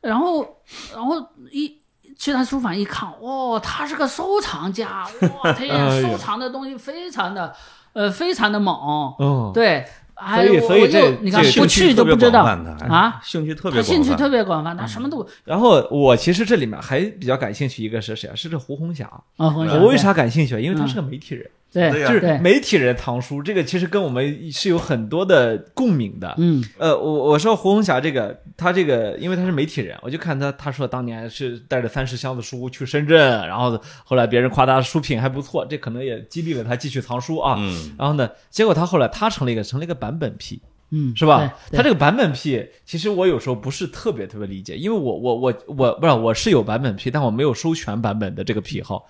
S3: 然后然后一。去他书房一看，哦，他是个收藏家， 哇，
S1: 哎
S3: 天，
S1: 呦
S3: 收藏的东西非常的，呃，非常的猛，
S1: 哦，
S3: 对，哎，
S1: 所以
S3: 我
S1: 所以
S3: 我
S1: 这
S3: 又你看
S1: 这
S3: 不
S2: 兴趣
S3: 去
S2: 特
S3: 就
S2: 别
S3: 不知道
S2: 广泛的
S1: 哎
S3: 啊，
S2: 兴趣特
S3: 他
S2: 别
S3: 兴趣
S2: 广泛
S3: 特别广泛，他什么都
S1: 然后我其实这里面还比较感兴趣一个是谁啊？是这胡红霞。
S3: 啊，红霞
S1: 我为啥感兴趣啊？因为他
S3: 嗯
S1: 是个媒体人，
S3: 对
S2: 对呀
S1: 就
S3: 对
S1: 是媒体人藏书，这个其实跟我们是有很多的共鸣的。
S3: 嗯
S1: 呃，我我说胡红霞这个，她这个，因为她是媒体人，我就看她，她说当年是带着三十箱子书去深圳，然后后来别人夸她书品还不错，这可能也激励了她继续藏书啊。
S2: 嗯，
S1: 然后呢，结果她后来她成了一个成了一个版本癖，
S3: 嗯
S1: 是吧？
S3: 对
S1: 她
S3: 对
S1: 这个版本癖，其实我有时候不是特别特别理解，因为我我我我不是我是有版本癖，但我没有收全版本的这个癖好，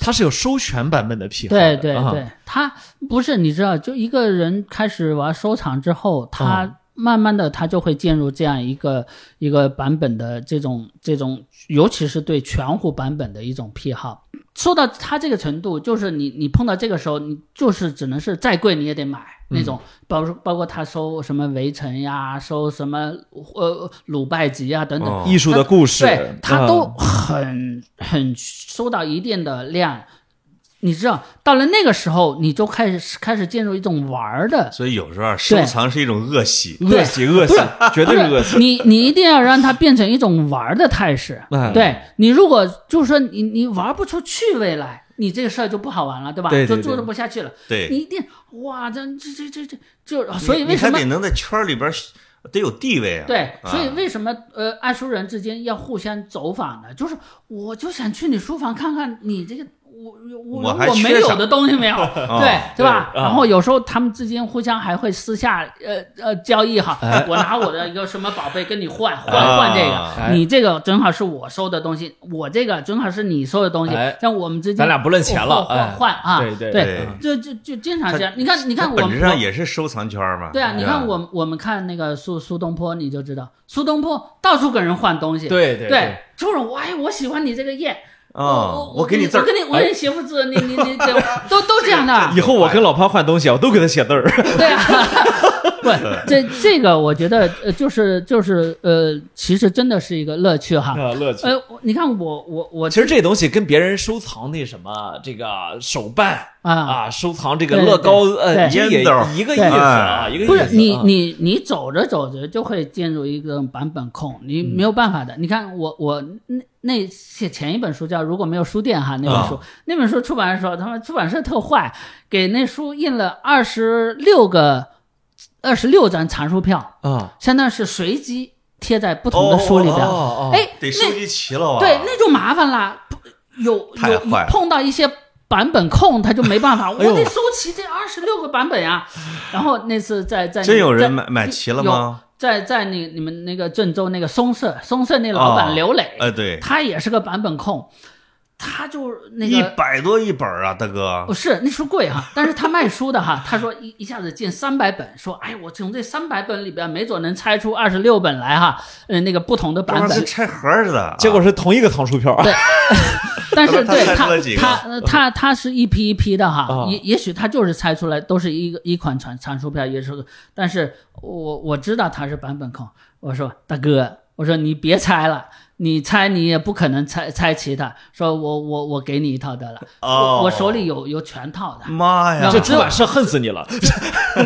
S1: 她是有收全版本的癖好的。
S3: 对对
S1: 啊
S3: 对，他不是你知道，就一个人开始玩收藏之后，
S1: 啊
S3: 他慢慢的他就会进入这样一个一个版本的这种这种，尤其是对全虎版本的一种癖好。说到他这个程度，就是你你碰到这个时候，你就是只能是再贵你也得买。那
S1: 嗯
S3: 种，包包括他收什么《围城》呀，收什么呃鲁拜集啊等等，
S2: 哦
S1: 艺术的故事，
S3: 对，他
S1: 嗯
S3: 都很很收到一定的量，你知道，到了那个时候，你就开始开始进入一种玩儿的
S2: 所以有时候啊收藏是一种恶习。
S1: 恶习恶习，绝对是恶习。
S3: 你你一定要让它变成一种玩儿的态势。
S1: 哎
S3: 对你如果就是说你你玩不出趣味来，你这个事儿就不好玩了，对吧？
S1: 对对对
S3: 就做的不下去了。你
S2: 对，
S3: 一定哇，这这这这这就所以
S2: 你
S3: 为什
S2: 你
S3: 么
S2: 还得能在圈儿里边儿得有地位啊？
S3: 对，
S2: 啊
S3: 所以为什么呃爱书人之间要互相走访呢？就是我就想去你书房看看你这个。我
S2: 我
S3: 我
S2: 还
S3: 我没
S2: 缺啥
S3: 有的东西没有，对对吧？然后有时候他们之间互相还会私下呃呃交易哈，我拿我的一个什么宝贝跟你换换
S2: 啊
S3: 换这
S1: 哎
S3: 个，你这个正好是我收的东西，我这个正好是你收的东西
S1: 哎，
S3: 像我们之间
S1: 咱俩不论钱了
S3: 换
S1: 哎
S3: 换换啊，
S1: 对对
S3: 对
S2: 对
S3: 就就就经常
S2: 他
S3: 这样。你看你看
S2: 它
S3: 我
S2: 本
S3: 们
S2: 质
S3: 我
S2: 上也是收藏圈儿嘛。
S3: 对啊，你看
S2: 吧，
S3: 我我们看那个苏苏东坡，你就知道苏东坡到处跟人换东西，
S1: 对对对
S3: 就是我哎，我喜欢你这个叶，
S2: 啊，
S3: 我
S2: 给你字
S3: 我
S2: 儿
S3: 给，你我给你写幅字，你你你这都都这样的，
S1: 以后我跟老潘换东西，我都给他写字儿。
S3: 对啊，不，这这个我觉得呃，就是就是呃，其实真的是一个乐趣哈。
S1: 啊乐趣。
S3: 呃，我你看我我我
S1: 其实这东西跟别人收藏那什么这个手办
S3: 啊
S1: 收藏这个
S3: 对
S1: 乐高呃
S3: 对
S1: 这
S2: 烟
S1: 也
S2: 斗
S1: 一个意
S3: 对
S1: 思啊，一个意思
S3: 不
S1: 啊。
S3: 是你你你走着走着就会进入一个版本控，你
S1: 嗯
S3: 没有办法的。你看我我那那写前一本书叫《如果没有书店》哈，那本书、
S1: 啊
S3: 那本书出版的时候，他们出版社特坏，给那书印了二十六个二十六张藏书票，
S1: 啊，
S3: 相当于是随机贴在不同的书里边。
S1: 哦哦哦
S3: 哎，
S2: 得收
S3: 那
S2: 集齐了啊。
S3: 对，那就麻烦了，不有
S2: 太
S3: 有
S2: 坏了
S3: 碰到一些版本控，他就没 办法，我
S1: 哎呦
S3: 得收齐这二十六个版本啊。然后那次在在
S2: 真有人
S3: 在
S2: 买买齐了吗？
S3: 在在那你们那个郑州那个松社，松社那老
S2: 哦
S3: 板刘磊，
S2: 哎，对，
S3: 他也是个版本控，他就那
S2: 一
S3: 个。
S2: 百多一本儿啊，大哥
S3: 不。是，那书贵哈、 但是他卖书的哈，他说一一下子进三百本，说哎，我从这三百本里边，没准能拆出二十六本来哈，嗯，那个不同的版
S2: 当
S3: 本
S2: 时。拆盒儿似的啊，
S1: 结果是同一个藏书票。
S3: 但是
S2: 他
S3: 对
S2: 拆出
S3: 他
S2: 了几个 哦
S3: 他呃他他是一批一批的
S1: 啊
S3: 哈，也也许他就是拆出来都是一个一款传传输票，也是，但是我我知道他是版本控，我说大哥，我说你别拆了。你拆你也不可能拆拆齐它，说我我我给你一套得了，
S2: 哦嗯
S3: 我我手里有有全套的，
S2: 啊妈呀，
S1: 这出版社恨死你了，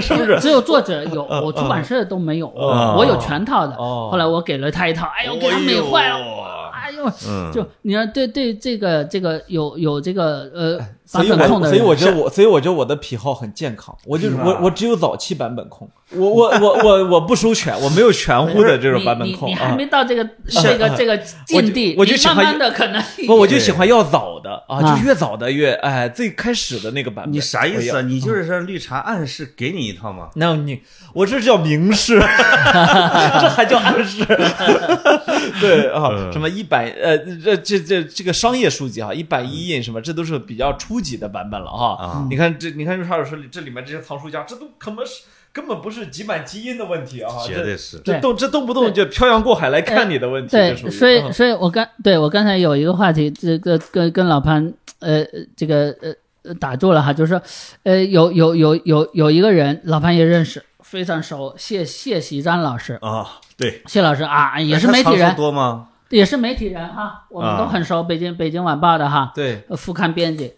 S1: 是不是？
S3: 只有作者有，
S2: 嗯
S3: 我出版社都没有，
S1: 哦
S3: 我有全套的。
S1: 哦
S3: 后来我给了他一套，哎呦，给他美坏了，哇哎呦，
S2: 嗯
S3: 就你要对对这个这个有有这个呃
S1: 哎所
S3: 版
S1: 以
S3: 本控
S1: 我
S3: 的
S1: 所
S3: 人，
S1: 以我觉得我所以我觉得我的癖好很健康，我就是我我只有早期版本控，我我我我我不收全，我没有全乎的这种版本控
S3: 你你你
S1: 啊
S3: 还。没到 这个这个这个境地，
S1: 我就
S3: 你
S1: 喜欢
S3: 慢慢的可能
S1: 不，我
S3: 就
S1: 就喜欢要早的啊，
S3: 对
S1: 就是越早的越哎，最开始的那个版本。
S2: 你啥意思
S1: 我
S3: 哎
S1: 要？
S2: 啊？你
S3: 嗯
S2: 就是说绿茶暗示给你一套吗？
S1: 那你我这叫明示， 这还叫暗示？ 对啊，
S2: 嗯
S1: 什么一版呃，这这这这个商业书籍啊，一版一印什么，这都是比较初级的版本了啊
S2: 啊。
S1: 你看这，你看《查尔说》这里面这些藏书家，这都根本是根本不是几版几印的问题啊，
S2: 绝对是
S1: 这这动这动不动就漂洋过海来看你的问题，
S3: 对，
S1: 这属于
S3: 所以
S1: 嗯
S3: 所以我刚对我刚才有一个话题，这个跟跟老潘呃这个呃呃打住了哈，就是说呃有有有有有一个人，老潘也认识，非常熟，谢谢喜章老师，
S2: 啊，对，
S3: 谢老师啊也是
S2: 那他
S3: 媒体
S2: 藏书
S3: 人，
S2: 多吗？
S3: 也是媒体人哈，我
S1: 啊
S3: 们都很熟，北京北京晚报的哈，
S1: 对
S3: 呃副刊编辑。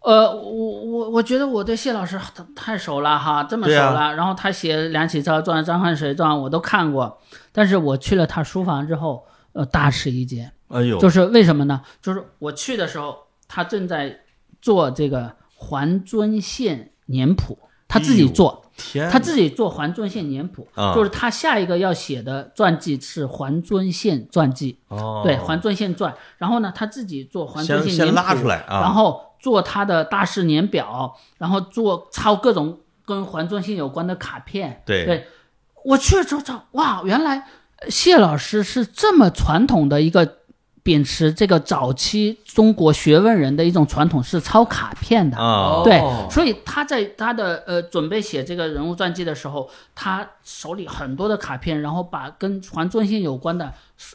S3: 呃，我我我觉得我对谢老师太太熟了哈，这么熟
S2: 对啊
S3: 了。然后他写《梁启超传》《张恨水传》，我都看过，但是我去了他书房之后，呃，大吃一惊。
S2: 哎呦，
S3: 就是为什么呢？就是我去的时候，他正在做这个环遵县年谱，他自己做，
S2: 天哪，
S3: 他自己做环遵县年谱，
S2: 哎啊
S3: 就是他下一个要写的传记是环遵县传记。
S2: 哦
S3: 对《环状线传》，然后呢，他自己做《环状
S2: 先
S3: 线
S2: 先
S3: 年
S2: 拉
S3: 谱
S2: 出来啊
S3: 然后做他的大事年表，然后做抄各种跟环状线有关的卡片。
S2: 对
S3: 我去了之后找，哇，原来呃谢老师是这么传统的一个。秉持这个早期中国学问人的一种传统，是抄卡片的
S2: 啊，
S3: 对
S1: 哦，
S3: 所以他在他的呃准备写这个人物传记的时候，他手里很多的卡片，然后把跟环状线有关的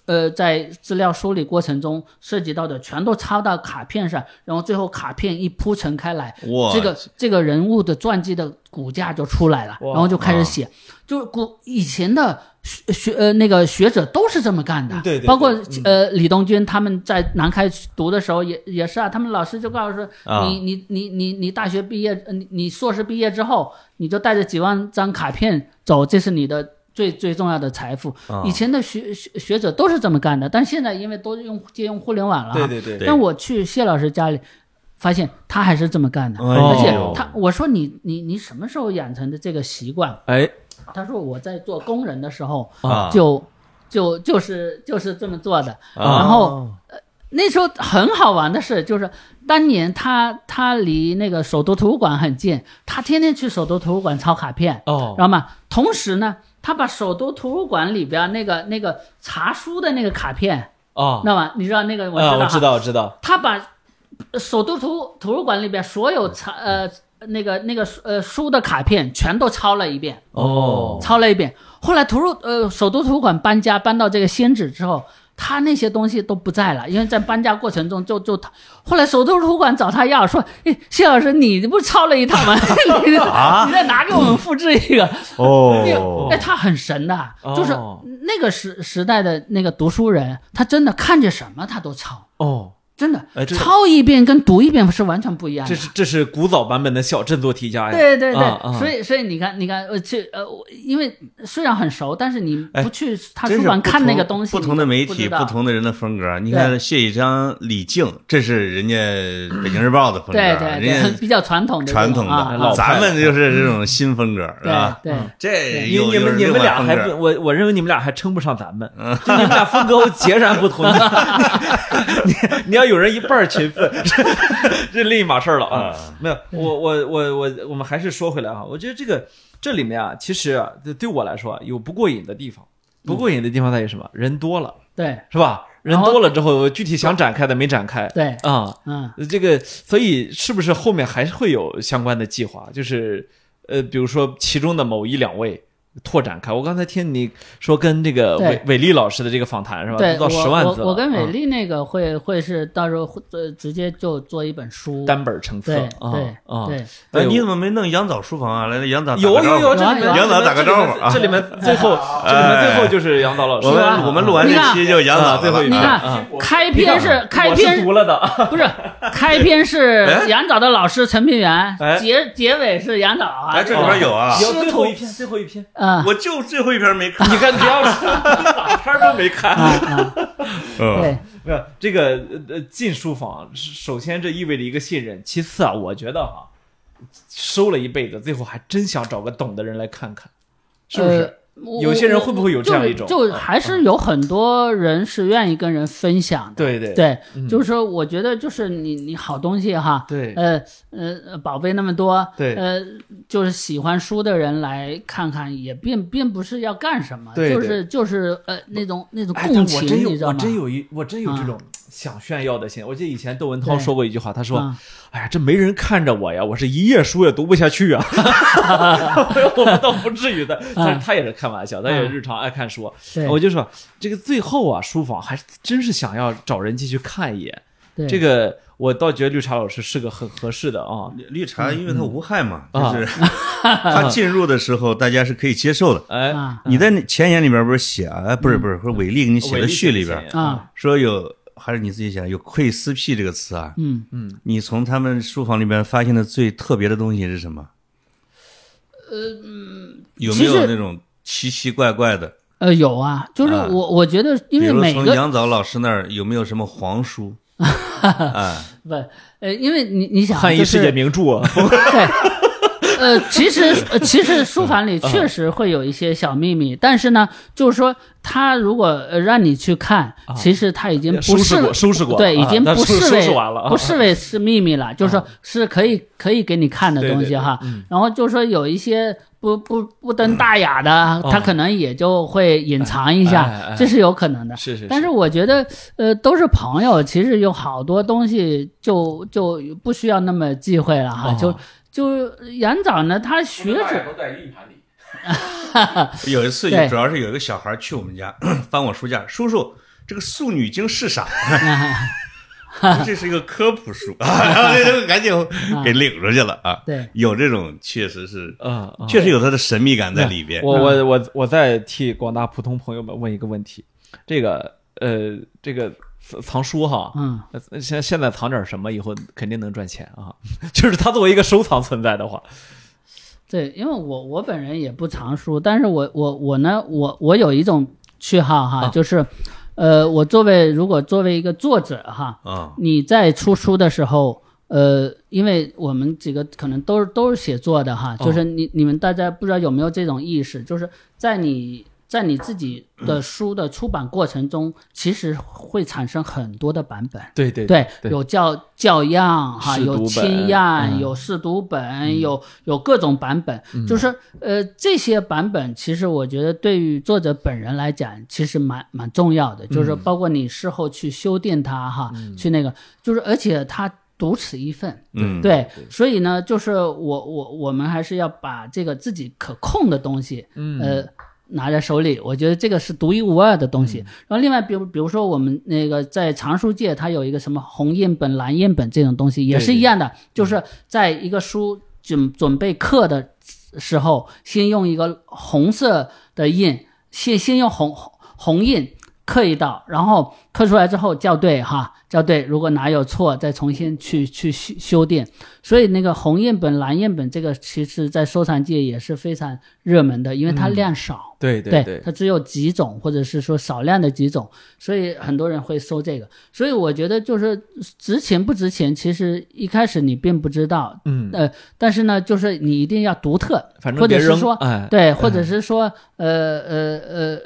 S3: 呃，在资料梳理过程中涉及到的全都抄到卡片上，然后最后卡片一铺陈开来，
S2: 哇，
S3: 这个这个人物的传记的骨架就出来了，
S1: 哇啊
S3: 然后就开始写，就是古以前的学学呃那个学者都是这么干的，
S1: 嗯对对
S3: 包括呃李东军他们在南开读的时候也也是啊，他们老师就告诉说，
S2: 啊
S3: 你你你你你大学毕业，呃你你硕士毕业之后，你就带着几万张卡片走，这是你的。最最重要的财富，
S2: 啊
S1: 啊
S3: 以前的学学学者都是这么干的，但现在因为都用借用互联网了，
S1: 对对对，
S2: 对
S3: 但我去谢老师家里，发现他还是这么干的，
S2: 哎
S1: 呦
S3: 而且他我说你你你什么时候养成的这个习惯？
S1: 哎，
S3: 他说我在做工人的时候
S2: 啊
S3: 就、就就是就是这么做的。
S2: 啊
S3: 然后那时候很好玩的事就是，当年他他离那个首都图书馆很近，他天天去首都图书馆抄卡片。
S1: 哦
S3: 知，道吗？同时呢，他把首都图书馆里边那个那个查书的那个卡片，
S1: 哦，
S3: 那么你知道那个我知道、
S1: 啊，我知道，我知道，
S3: 他把呃首都图图书馆里边所有查呃那个那个呃书的卡片全都抄了一遍，
S1: 哦，
S3: 抄了一遍。后来图书呃首都图书馆搬家搬到这个仙址之后，他那些东西都不在了，因为在搬家过程中就就他后来首都图书馆找他要说，哎，谢老师你不是抄了一趟 吗？你
S1: 啊
S3: 你再拿给我们复制一个。
S2: 哦
S3: 哎，他很神的，就是
S1: 哦
S3: 那个时时代的那个读书人，他真的看见什么他都抄。
S1: 哦，
S3: 真的
S1: 哎，这
S3: 抄一遍跟读一遍是完全不一样
S1: 这
S3: 的。
S1: 是这是古早版本的小镇做题家呀，
S3: 对对对，
S1: 啊啊
S3: 所以所以你看，你看，呃，这呃，我因为虽然很熟，但是你
S2: 哎
S3: 不去他
S2: 真
S3: 书
S2: 是
S3: 馆
S2: 不
S3: 看那
S2: 同
S3: 个东西，
S2: 不同的媒体，
S3: 知道
S2: 不同的人的风格。你看谢以章、李静，这是人家《北京日报》的风格，
S3: 对对对，
S2: 人
S3: 比较传
S2: 家
S3: 统 的
S2: 传统
S3: 啊啊
S1: 老
S2: 的，啊咱们就是这种新风格，是吧？
S3: 对对
S2: 这
S1: 你
S2: 有
S1: 你
S2: 有
S1: 们你们
S2: 另外嗯
S1: 俩
S2: 风
S1: 还
S2: 格
S1: 不我我认为你们俩还称不上咱们，就你们俩风格截然不 同。你你要有人一半儿勤奋，这这另一码事儿了啊。
S2: 嗯
S1: 没有，我我我我我们还是说回来哈，啊我觉得这个这里面啊，其实啊对对我来说啊有不过瘾的地方，不过瘾的地方在于什么？人多了
S3: 对
S1: 是吧？人
S3: 然后
S1: 多了之后，我具体想展开的没展开
S3: 对，
S1: 啊。
S3: 嗯，
S1: 呃这个，所以是不是后面还是会有相关的计划？就是，呃，比如说其中的某一两位拓展开。我刚才听你说跟这个
S3: 对
S1: 伟伟丽老师的这个访谈是吧？
S3: 对
S1: 都到
S3: 我
S1: 十万字
S3: 我
S1: 了
S3: 我跟美
S1: 嗯
S3: 丽那个会会是到时候会呃直接就做一本书，
S1: 单本成册
S3: 对
S1: 啊
S3: 对
S1: 啊！
S3: 对，
S2: 哎，
S1: 对
S2: 你怎么没弄杨枣书房啊？来，来杨枣打
S1: 有
S2: 个招
S1: 有
S2: 呼
S1: 有，这里
S3: 有
S1: 面
S3: 啊
S2: 杨导打个招呼啊哎
S1: 这里面 最后，这里面最后就是杨导老师。
S2: 我
S1: 啊
S2: 们我们录完
S3: 你
S2: 这
S3: 看
S2: 期就杨
S1: 啊
S2: 导
S1: 最后一
S2: 了
S3: 你
S1: 遍
S2: 啊
S3: 看
S1: 啊
S3: 开篇是开
S1: 我
S3: 篇
S1: 是读了的，
S3: 不是，开篇
S2: 哎
S3: 是杨导的老师陈平原
S1: 哎，
S3: 结结尾是杨导啊。
S2: 哎，这里边有 啊，
S1: 有最后
S3: 师徒
S1: 一篇，最后一篇。
S3: 啊，
S2: 我就最后一篇没看。
S1: 你看，你要是 哪篇都没 看，
S3: 啊
S2: 嗯
S3: 对，
S1: 没有这个呃呃进书房，是首先这意味着一个信任，其次啊，我觉得哈、收了一辈子，最后还真想找个懂的人来看看，是不是？
S3: 呃
S1: 有些人会不会有这样一种
S3: 就是就
S1: 啊
S3: 还是有很多人是愿意跟人分享的。
S1: 对对
S3: 对
S1: 嗯，
S3: 就是说，我觉得就是你你好东西哈，
S1: 对
S3: 呃呃，宝贝那么多，
S1: 对
S3: 呃，就是喜欢书的人来看看，也并并不是要干什么，
S1: 对
S3: 就是就是呃那种那种
S1: 哎，但
S3: 共
S1: 我真
S3: 情，
S1: 有
S3: 你知，道
S1: 我
S3: 吗？啊
S1: 真有一，我真有这种想炫耀的心。我记得以前窦文涛
S3: 对
S1: 说过一句话，他说：“
S3: 啊
S1: 哎呀，这没人看着我呀，我是一页书也读不下 去啊。”我们倒不至于的，但是他也是开玩笑，他也日常爱看书。
S3: 啊对
S1: 我就说这个最后啊，书房还真是想要找人进去看一眼。
S3: 对
S1: 这个我倒觉得绿茶老师是个很合适的啊。
S2: 绿茶，因为它无害嘛，
S1: 嗯
S2: 就是
S3: 啊
S2: 它进入的时候，大家是可以接受的。
S1: 哎，
S3: 啊
S2: 你在前言里边不是写啊？不是不是，不是伟力给你写的序里边
S3: 啊，
S2: 说有，还是你自己写的有“窥私癖”这个词啊？
S3: 嗯，
S2: 你从他们书房里边发现的最特别的东西是什么？
S3: 嗯
S2: 呃，有没
S3: 其
S2: 有
S3: 实
S2: 那种奇奇怪怪的？
S3: 呃，有啊，就是
S2: 啊
S3: 我我觉得，因
S2: 比
S3: 为
S2: 如
S3: 每
S2: 从
S3: 个
S2: 杨早老师那儿有没有什么黄书？啊，
S3: 不，呃，因为你你想，
S1: 汉
S3: 就
S1: 译世
S3: 是
S1: 界名著啊，
S3: 对，呃，其实呃其实书房里确实会有一些小秘密，但是呢，就是说他如果呃让你去看，其实他已经
S1: 啊收
S3: 不
S1: 拾
S3: 是
S1: 过收拾过
S3: 对，
S1: 了
S3: 已
S1: 啊
S3: 经
S1: 那
S3: 不
S1: 收
S3: 视
S1: 收
S3: 为
S1: 拾完了啊
S3: 不视为是秘密了，就是说是可以可以给你看的
S1: 对
S3: 东
S1: 对嗯
S3: 西
S1: 对
S3: 哈。然后就是说有一些不不不登大雅的，他可能也就会隐藏一
S1: 嗯啊哎哎
S3: 下
S1: 哎，
S3: 这是有可能的。
S1: 是是是
S3: 但是我觉得，呃，都是朋友，其实有好多东西就就不需要那么忌讳了哈。
S1: 哦
S3: 就就杨长呢，他学者
S1: 嗯
S4: 都在硬盘里。
S2: 有一次
S3: 对
S2: 主要是有一个小孩去我们家 翻我书架，叔叔，这个《素女经》是 啥？这是一个科普书 啊，然后就赶紧给领出去了啊。
S3: 对，
S2: 有这种确实是，
S1: 啊，
S3: 哦
S1: 啊
S2: 确实有它的神秘感在里边。
S1: 我我我我再替广大普通朋友们问一个问题，这个呃，这个藏藏书哈，
S3: 嗯，
S1: 呃现现在藏点什么，以后肯定能赚钱啊。 就是它作为一个收藏存在的话，
S3: 对，因为我我本人也不藏书，但是我我我呢，我我有一种趣好哈，就是，呃，我作为如果作为一个作者哈，
S2: 啊，
S3: 你在出书的时候，呃，因为我们几个可能都是都是写作的哈，就是你你们大家不知道有没有这种意识，就是在你在你自己的书的出版过程中，其实会产生很多的版本。
S1: 对对
S3: 对，
S1: 对
S3: 有教教样哈，
S1: 试读
S3: 有
S1: 本
S3: 亲样，
S1: 嗯
S3: 有试读本，有有各种版本，就是呃这些版本，其实我觉得对于作者本人来讲，其实蛮蛮重要
S1: 嗯
S3: 的，就是说包括你事后去修订它哈，去那个，就是而且它独此一份，
S2: 嗯，
S3: 对，所以呢，就是我我我们还是要把这个自己可控的东西，嗯，呃，拿在手里，我觉得这个是独一无二的东西。然后另外，比如比如说我们那个在藏书界，它有一个什么红印本、蓝印本这种东西，也是一样的，就是在一个书准准备刻的时候，先用一个红色的印，先先用红红印刻一道，然后刻出来之后校对哈，校对，如果哪有错，再重新去去修修订。所以那个红印本、蓝印本这个，其实在收藏界也是非常热门的，因为它量少，
S1: 对
S3: 对
S1: 嗯对，
S3: 它只有几种，或者是说少量的几种，所以很多人会搜这个。所以我觉得就是值钱不值钱，其实一开始你并不知道，
S1: 嗯，
S3: 呃，但是呢，就是你一定要独特，
S1: 反正
S3: 或
S1: 别
S3: 者是
S1: 扔
S3: 说，，
S1: 哎，
S3: 对，或者是说，呃呃呃，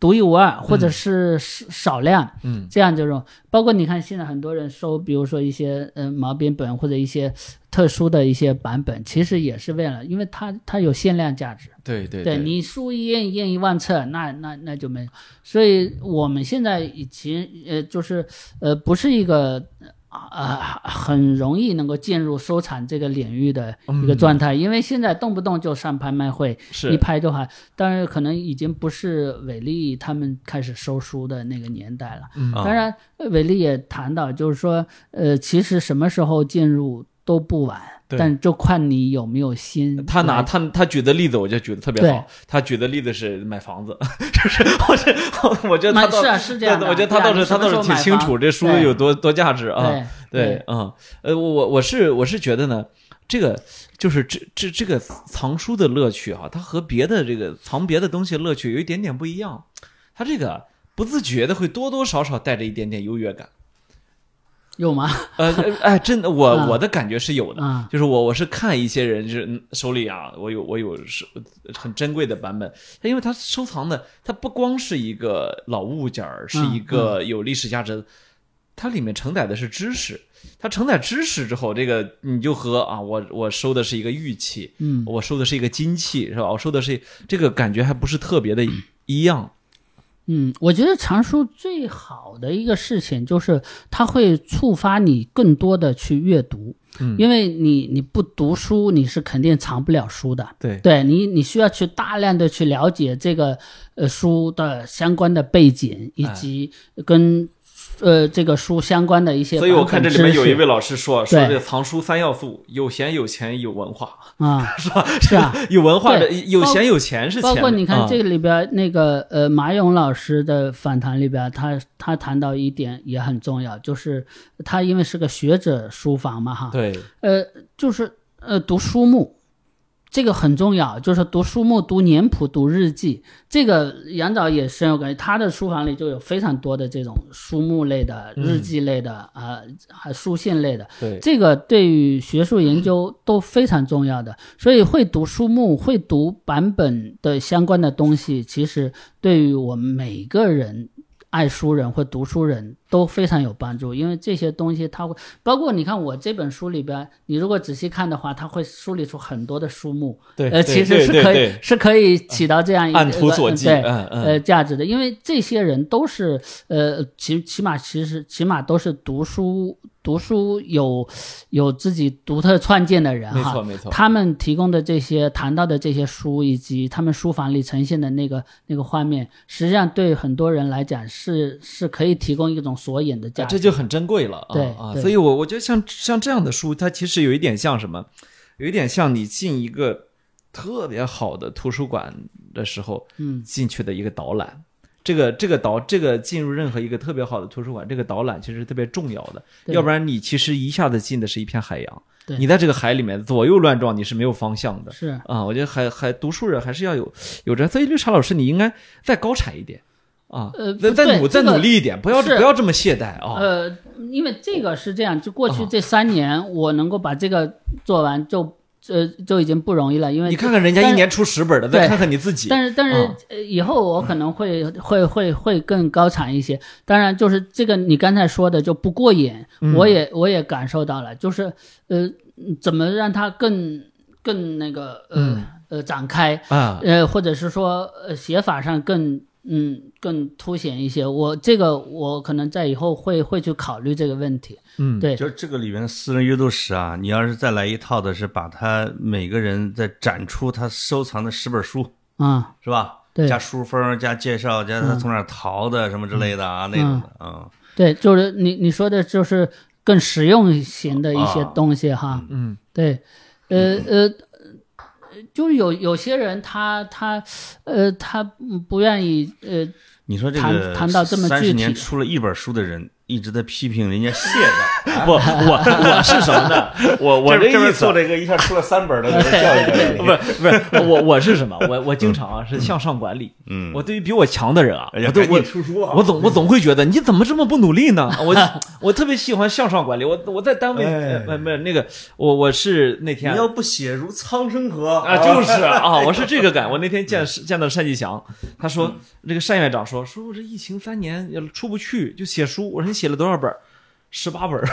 S3: 独一无二，或者是少少量，
S1: 嗯，
S3: 这样这种，包括你看现在很多人收，比如说一些呃毛边本或者一些特殊的一些版本，其实也是为了，因为它它有限量价值，
S1: 对对
S3: 对你书一印一印一万册，那那那就没有，所以我们现在以前呃就是呃不是一个。啊、呃，很容易能够进入收藏这个领域的一个状态，因为现在动不动就上拍卖会，一
S1: 嗯是
S3: 拍就还，当然可能已经不是伟力他们开始收书的那个年代了。
S1: 嗯
S3: 当然，呃伟力也谈到，就是说，呃，其实什么时候进入都不晚，
S1: 对
S3: 但就看你有没有心。
S1: 他拿他他举的例子，我就举的特别
S3: 对
S1: 好。他举的例子是买房子， 就是我是我我觉得他
S3: 买
S1: 倒
S3: 是啊是这样的
S1: 对我觉得他
S3: 对啊
S1: 倒是他
S3: 你什么
S1: 倒
S3: 时
S1: 是
S3: 候
S1: 挺
S3: 买
S1: 清
S3: 房
S1: 楚这书
S3: 对
S1: 有多多价值啊。
S3: 对
S1: 对，嗯，呃，我我我是我是觉得呢，这个就是这这这个藏书的乐趣啊，它和别的这个藏别的东西的乐趣有一点点不一样，它这个不自觉的会多多少少带着一点点优越感。
S3: 有吗？
S1: 呃，哎，真的，我
S3: 啊
S1: 我的感觉是有的，
S3: 啊
S1: 就是我我是看一些人就是嗯手里啊，我有我有是很珍贵的版本，因为他收藏的，它不光是一个老物件儿，是一个有历史价值的，它里面承载的是知识，它承载知识之后，这个你就和啊，我我收的是一个玉器，
S3: 嗯，
S1: 我收的是一个金器，是吧？我收的是这个感觉还不是特别的一样，
S3: 嗯，我觉得藏书最好的一个事情就是它会触发你更多的去阅读，
S1: 嗯
S3: 因为你你不读书，你是肯定藏不了书的。
S1: 对
S3: 对你，你需要去大量的去了解这个呃书的相关的背景，
S1: 哎
S3: 以及跟、呃这个书相关的一些
S1: 所
S3: 版
S1: 以
S3: 本知识。
S1: 我看这里面有一位老师说说
S3: 对
S1: 这个藏书三要素：有闲、有钱、有文化，
S3: 啊，
S1: 是吧？
S3: 是啊，
S1: 有文化的
S3: 对
S1: 有闲有钱是钱，
S3: 包括你看
S1: 啊
S3: 这个里边那个呃马勇老师的访谈里边，他他谈到一点也很重要，就是他因为是个学者书房嘛哈，
S1: 对
S3: 呃，就是呃读书目，这个很重要，就是读书目、读年谱、读日记。这个杨导也深有感觉，他的书房里就有非常多的这种书目类的、
S1: 嗯
S3: 日记类的啊、还书信类的，
S1: 对
S3: 这个对于学术研究都非常重要的。所以会读书目、会读版本的相关的东西，其实对于我们每个人。爱书人或读书人都非常有帮助，因为这些东西它会包括你看我这本书里边，你如果仔细看的话，它会梳理出很多的书目，
S1: 对
S3: 呃，
S1: 对
S3: 其实是
S1: 对
S3: 可以
S1: 对对
S3: 是可以起到这样一个
S1: 按图索骥
S3: 对
S1: 嗯嗯
S3: 呃价值的，因为这些人都是呃起起码其实起码都是读书读书有有自己独特创见的人
S1: 没
S3: 哈
S1: 错，没错，
S3: 他们提供的这些谈到的这些书，以及他们书房里呈现的那个那个画面，实际上对很多人来讲是是可以提供一种索引的价
S1: 啊
S3: 值。
S1: 这就很珍贵了啊
S3: 对
S1: 啊！
S3: 对
S1: 所以我我觉得像像这样的书，它其实有一点像什么，有一点像你进一个特别好的图书馆的时候
S3: 嗯
S1: 进去的一个导览。这个这个导这个进入任何一个特别好的图书馆，这个导览其实特别重要的，
S3: 对
S1: 要不然你其实一下子进的是一片海洋，
S3: 对
S1: 你在这个海里面左右乱撞，你是没有方向的。
S3: 是
S1: 啊，我觉得还还读书人还是要有有着，所以绿茶老师你应该再高产一点啊，
S3: 呃
S1: 再
S3: 不
S1: 再
S3: 对
S1: 努再
S3: 这个
S1: 努力一点，不要
S3: 是
S1: 不要这么懈怠啊。
S3: 呃，因为这个是这样，就过去
S1: 哦
S3: 这三年，我能够把这个做完就，呃就已经不容易了，因为
S1: 你看看人家
S3: 但
S1: 一
S3: 是
S1: 年出十本的，
S3: 对
S1: 再看看你自己，
S3: 但是但是、
S1: 嗯
S3: 呃以后我可能会会会会更高产一些。当然，就是这个你刚才说的就不过瘾，
S1: 嗯
S3: 我也我也感受到了，就是呃嗯怎么让它更更那个呃、
S1: 嗯
S3: 呃展开，
S1: 啊，
S3: 呃或者是说呃写法上更。嗯，更凸显一些。我这个我可能在以后会会去考虑这个问题。
S1: 嗯，
S3: 对，
S2: 就这个里面的私人阅读史啊，你要是再来一套的是把他每个人再展出他收藏的十本书，
S3: 啊、
S2: 是吧？
S3: 对
S2: 加书封，加介绍，加他从哪儿淘的什么之类的
S3: 嗯
S2: 啊，那种的啊。
S3: 对，就是你你说的，就是更实用型的一些
S2: 啊
S3: 东西哈。
S1: 嗯，
S3: 对，呃呃，就是有有些人他他呃他嗯不愿意呃
S2: 你说这
S3: 谈
S2: 个
S3: 谈到这么
S2: 三
S3: 具
S2: 十
S3: 体
S2: 年出了一本书的人，一直在批评人家卸的。
S1: 我我我是什么呢？我我
S2: 这
S1: 意
S2: 边
S1: 思
S2: 做。了一个一下出了三本 的，给他叫一
S1: 不
S2: 个。
S1: 是不是，我我是什么？我我经常啊是向上管理。
S2: 嗯，
S1: 我对于比我强的人啊，
S2: 哎呀
S1: 我对
S2: 赶
S1: 我
S2: 紧出书啊
S1: 我总我总会觉得你怎么这么不努力呢？我 我特别喜欢向上管理。我我在单位呃
S2: 哎
S1: 不不那个我我是那
S2: 你
S1: 天
S2: 要不写如苍生 河
S1: 啊，就是啊，我是这个感。我那天见见到单霁翔，他说那个单院长说说我这疫情三年也出不去，就写书。我说你写了多少本儿？十八本 儿，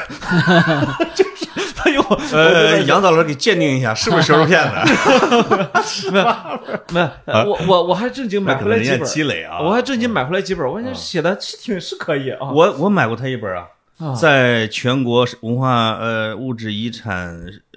S1: 就是他有
S2: 呃，杨导老师给鉴定一 下，是不是学术片子？
S1: 没有呃啊我我我还正经买
S2: 那可
S1: 回
S2: 能
S1: 来
S2: 人
S1: 几
S2: 家
S1: 本儿，
S2: 积累啊。
S1: 我还正经买回来几本儿，我感觉写的是挺是可以啊。
S2: 我我买过他一本啊，
S1: 啊
S2: 在全国文化呃物质遗产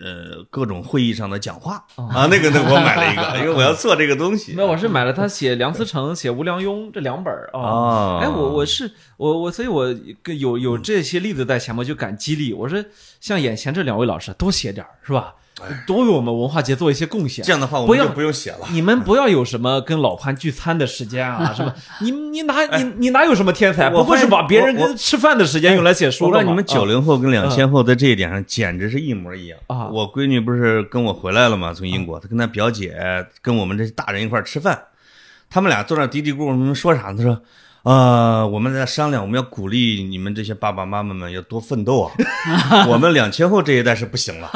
S2: 呃各种会议上的讲话啊，那个那个我 买了一个，因哎为我要做这个东西。
S1: 没有，哦我是买了他写梁思成、写吴良镛这两本儿啊。
S2: 啊，
S1: 哎，我我是我我，所以我跟有有
S2: 嗯
S1: 这些例子在前面，我就敢激励。我说，像眼前这两位老师，多写点儿是吧？多为我们文化节做一些贡献
S2: 哎这。样的话，我
S1: 不
S2: 们
S1: 要
S2: 就不用写了。
S1: 你们不要有什么跟老潘聚餐的时间啊， 什么？你你哪你你哪有什么天才？
S2: 哎我
S1: 不过是把别人
S2: 我我哎
S1: 跟吃饭的时间用来写书
S2: 我
S1: 了
S2: 告诉
S1: 吗
S2: 你们，九
S1: 啊
S2: 零后跟两千后在这一点上简直是一模一样
S1: 啊嗯
S2: 我闺女不是跟我回来了吗？从英国，她跟她表姐跟我们这些大人一块儿吃饭，他们俩坐那儿嘀嘀咕咕，我们说啥呢？她说。呃，我们在商量，我们要鼓励你们这些爸爸妈妈们要多奋斗 啊！我们两千后这一代是不行了，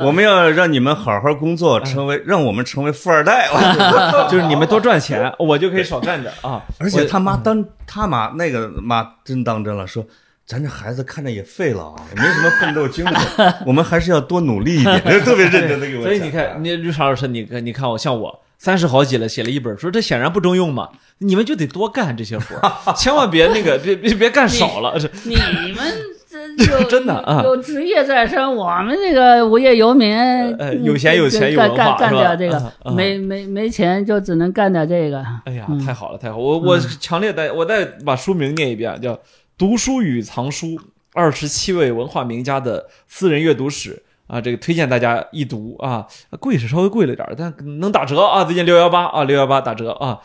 S2: 我们要让你们好好工作，成为让我们成为富二代。
S1: 就是你们多赚钱，我就可以少站着啊。
S2: 而且
S1: 我
S2: 他妈当他妈那个妈真当真了，说咱这孩子看着也废了啊，也没什么奋斗 精神，我们还是要多努力一点， 特别认真的给我啊
S1: 所以你看，你绿茶老师，你看，你看我像我三十好几了，写了一本书，这显然不中用嘛。你们就得多干这些活 儿，千万别那个，别别别干少了。是
S3: 你们这 有
S1: 真的啊
S3: 有职业在身，我们这个无业游民，
S1: 呃
S3: 嗯
S1: 有钱有钱
S3: 干
S1: 有文化
S3: 干干
S1: 是吧
S3: 掉这
S1: 嗯
S3: 个，
S1: 嗯
S3: 没没没钱就只能干掉这个。
S1: 哎呀，太好了，太好！我我强烈的，我再把书名念一遍，啊叫《读书与藏书：二十七位文化名家的私人阅读史》。啊，这个推荐大家一读啊，贵是稍微贵了点儿，但能打折啊！最近六幺八啊，六幺八打折啊，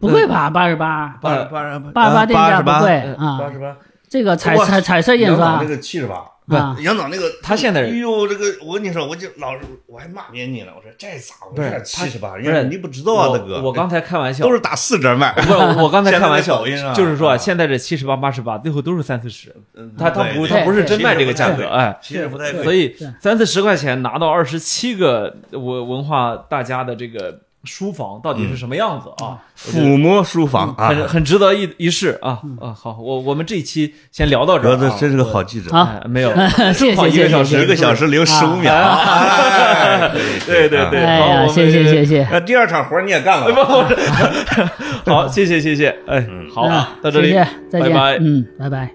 S3: 不贵吧？八十八，
S2: 八
S1: 呃
S2: 十八十
S3: 八十八
S2: 八
S3: 定价不贵
S2: 八
S3: 啊
S2: 十。八，
S3: 这个彩
S2: 哇
S3: 彩彩色印
S2: 杨导
S3: 刷
S2: 那个七十八。
S3: 啊，
S2: 杨导那个，
S1: 他现在
S2: 哎呦，这个我跟你说，我就老是我还骂别你呢，我说这咋回
S1: 不是
S2: 事？七十八，人
S1: 不是
S2: 家你不知道啊，大哥，
S1: 我我刚才开玩笑
S2: 都，是打四折 卖。
S1: 不是，我刚才开玩
S2: 现在那
S1: 笑
S2: 抖音啊，
S1: 就是说啊
S2: 啊
S1: 现在这七十八、八十八，最后都是三四十，他他不
S2: 对
S1: 他不是
S3: 对
S1: 真卖这个价
S2: 对
S1: 格，哎，
S2: 其实不太
S1: 所
S2: 贵，
S1: 以
S3: 对
S1: 三四十块钱拿到二十七个文文化大家的这个书房到
S2: 嗯
S1: 底是什么样子啊？
S2: 抚摸书房
S3: 嗯
S1: 嗯
S2: 啊，
S1: 很很值得一一试啊啊！好，我我们这一期先聊到这
S2: 格
S1: 儿、
S2: 子
S1: 啊。
S2: 真是个好记者，
S3: 好
S1: 哎没有，正
S3: 谢
S1: 好
S3: 谢
S1: 一个
S3: 谢
S1: 小
S3: 谢
S1: 时，
S2: 一个小时零
S1: 啊
S2: 十五秒，哎
S1: 对对对，
S3: 哎
S1: 好
S3: 呀
S1: 我们
S3: 谢谢 谢谢
S2: 那呃第二场活儿你也干了，嗯
S1: 好，谢谢谢谢，哎，好啊，到这里，
S3: 嗯谢谢，再见，
S1: 拜拜
S3: 嗯，拜拜。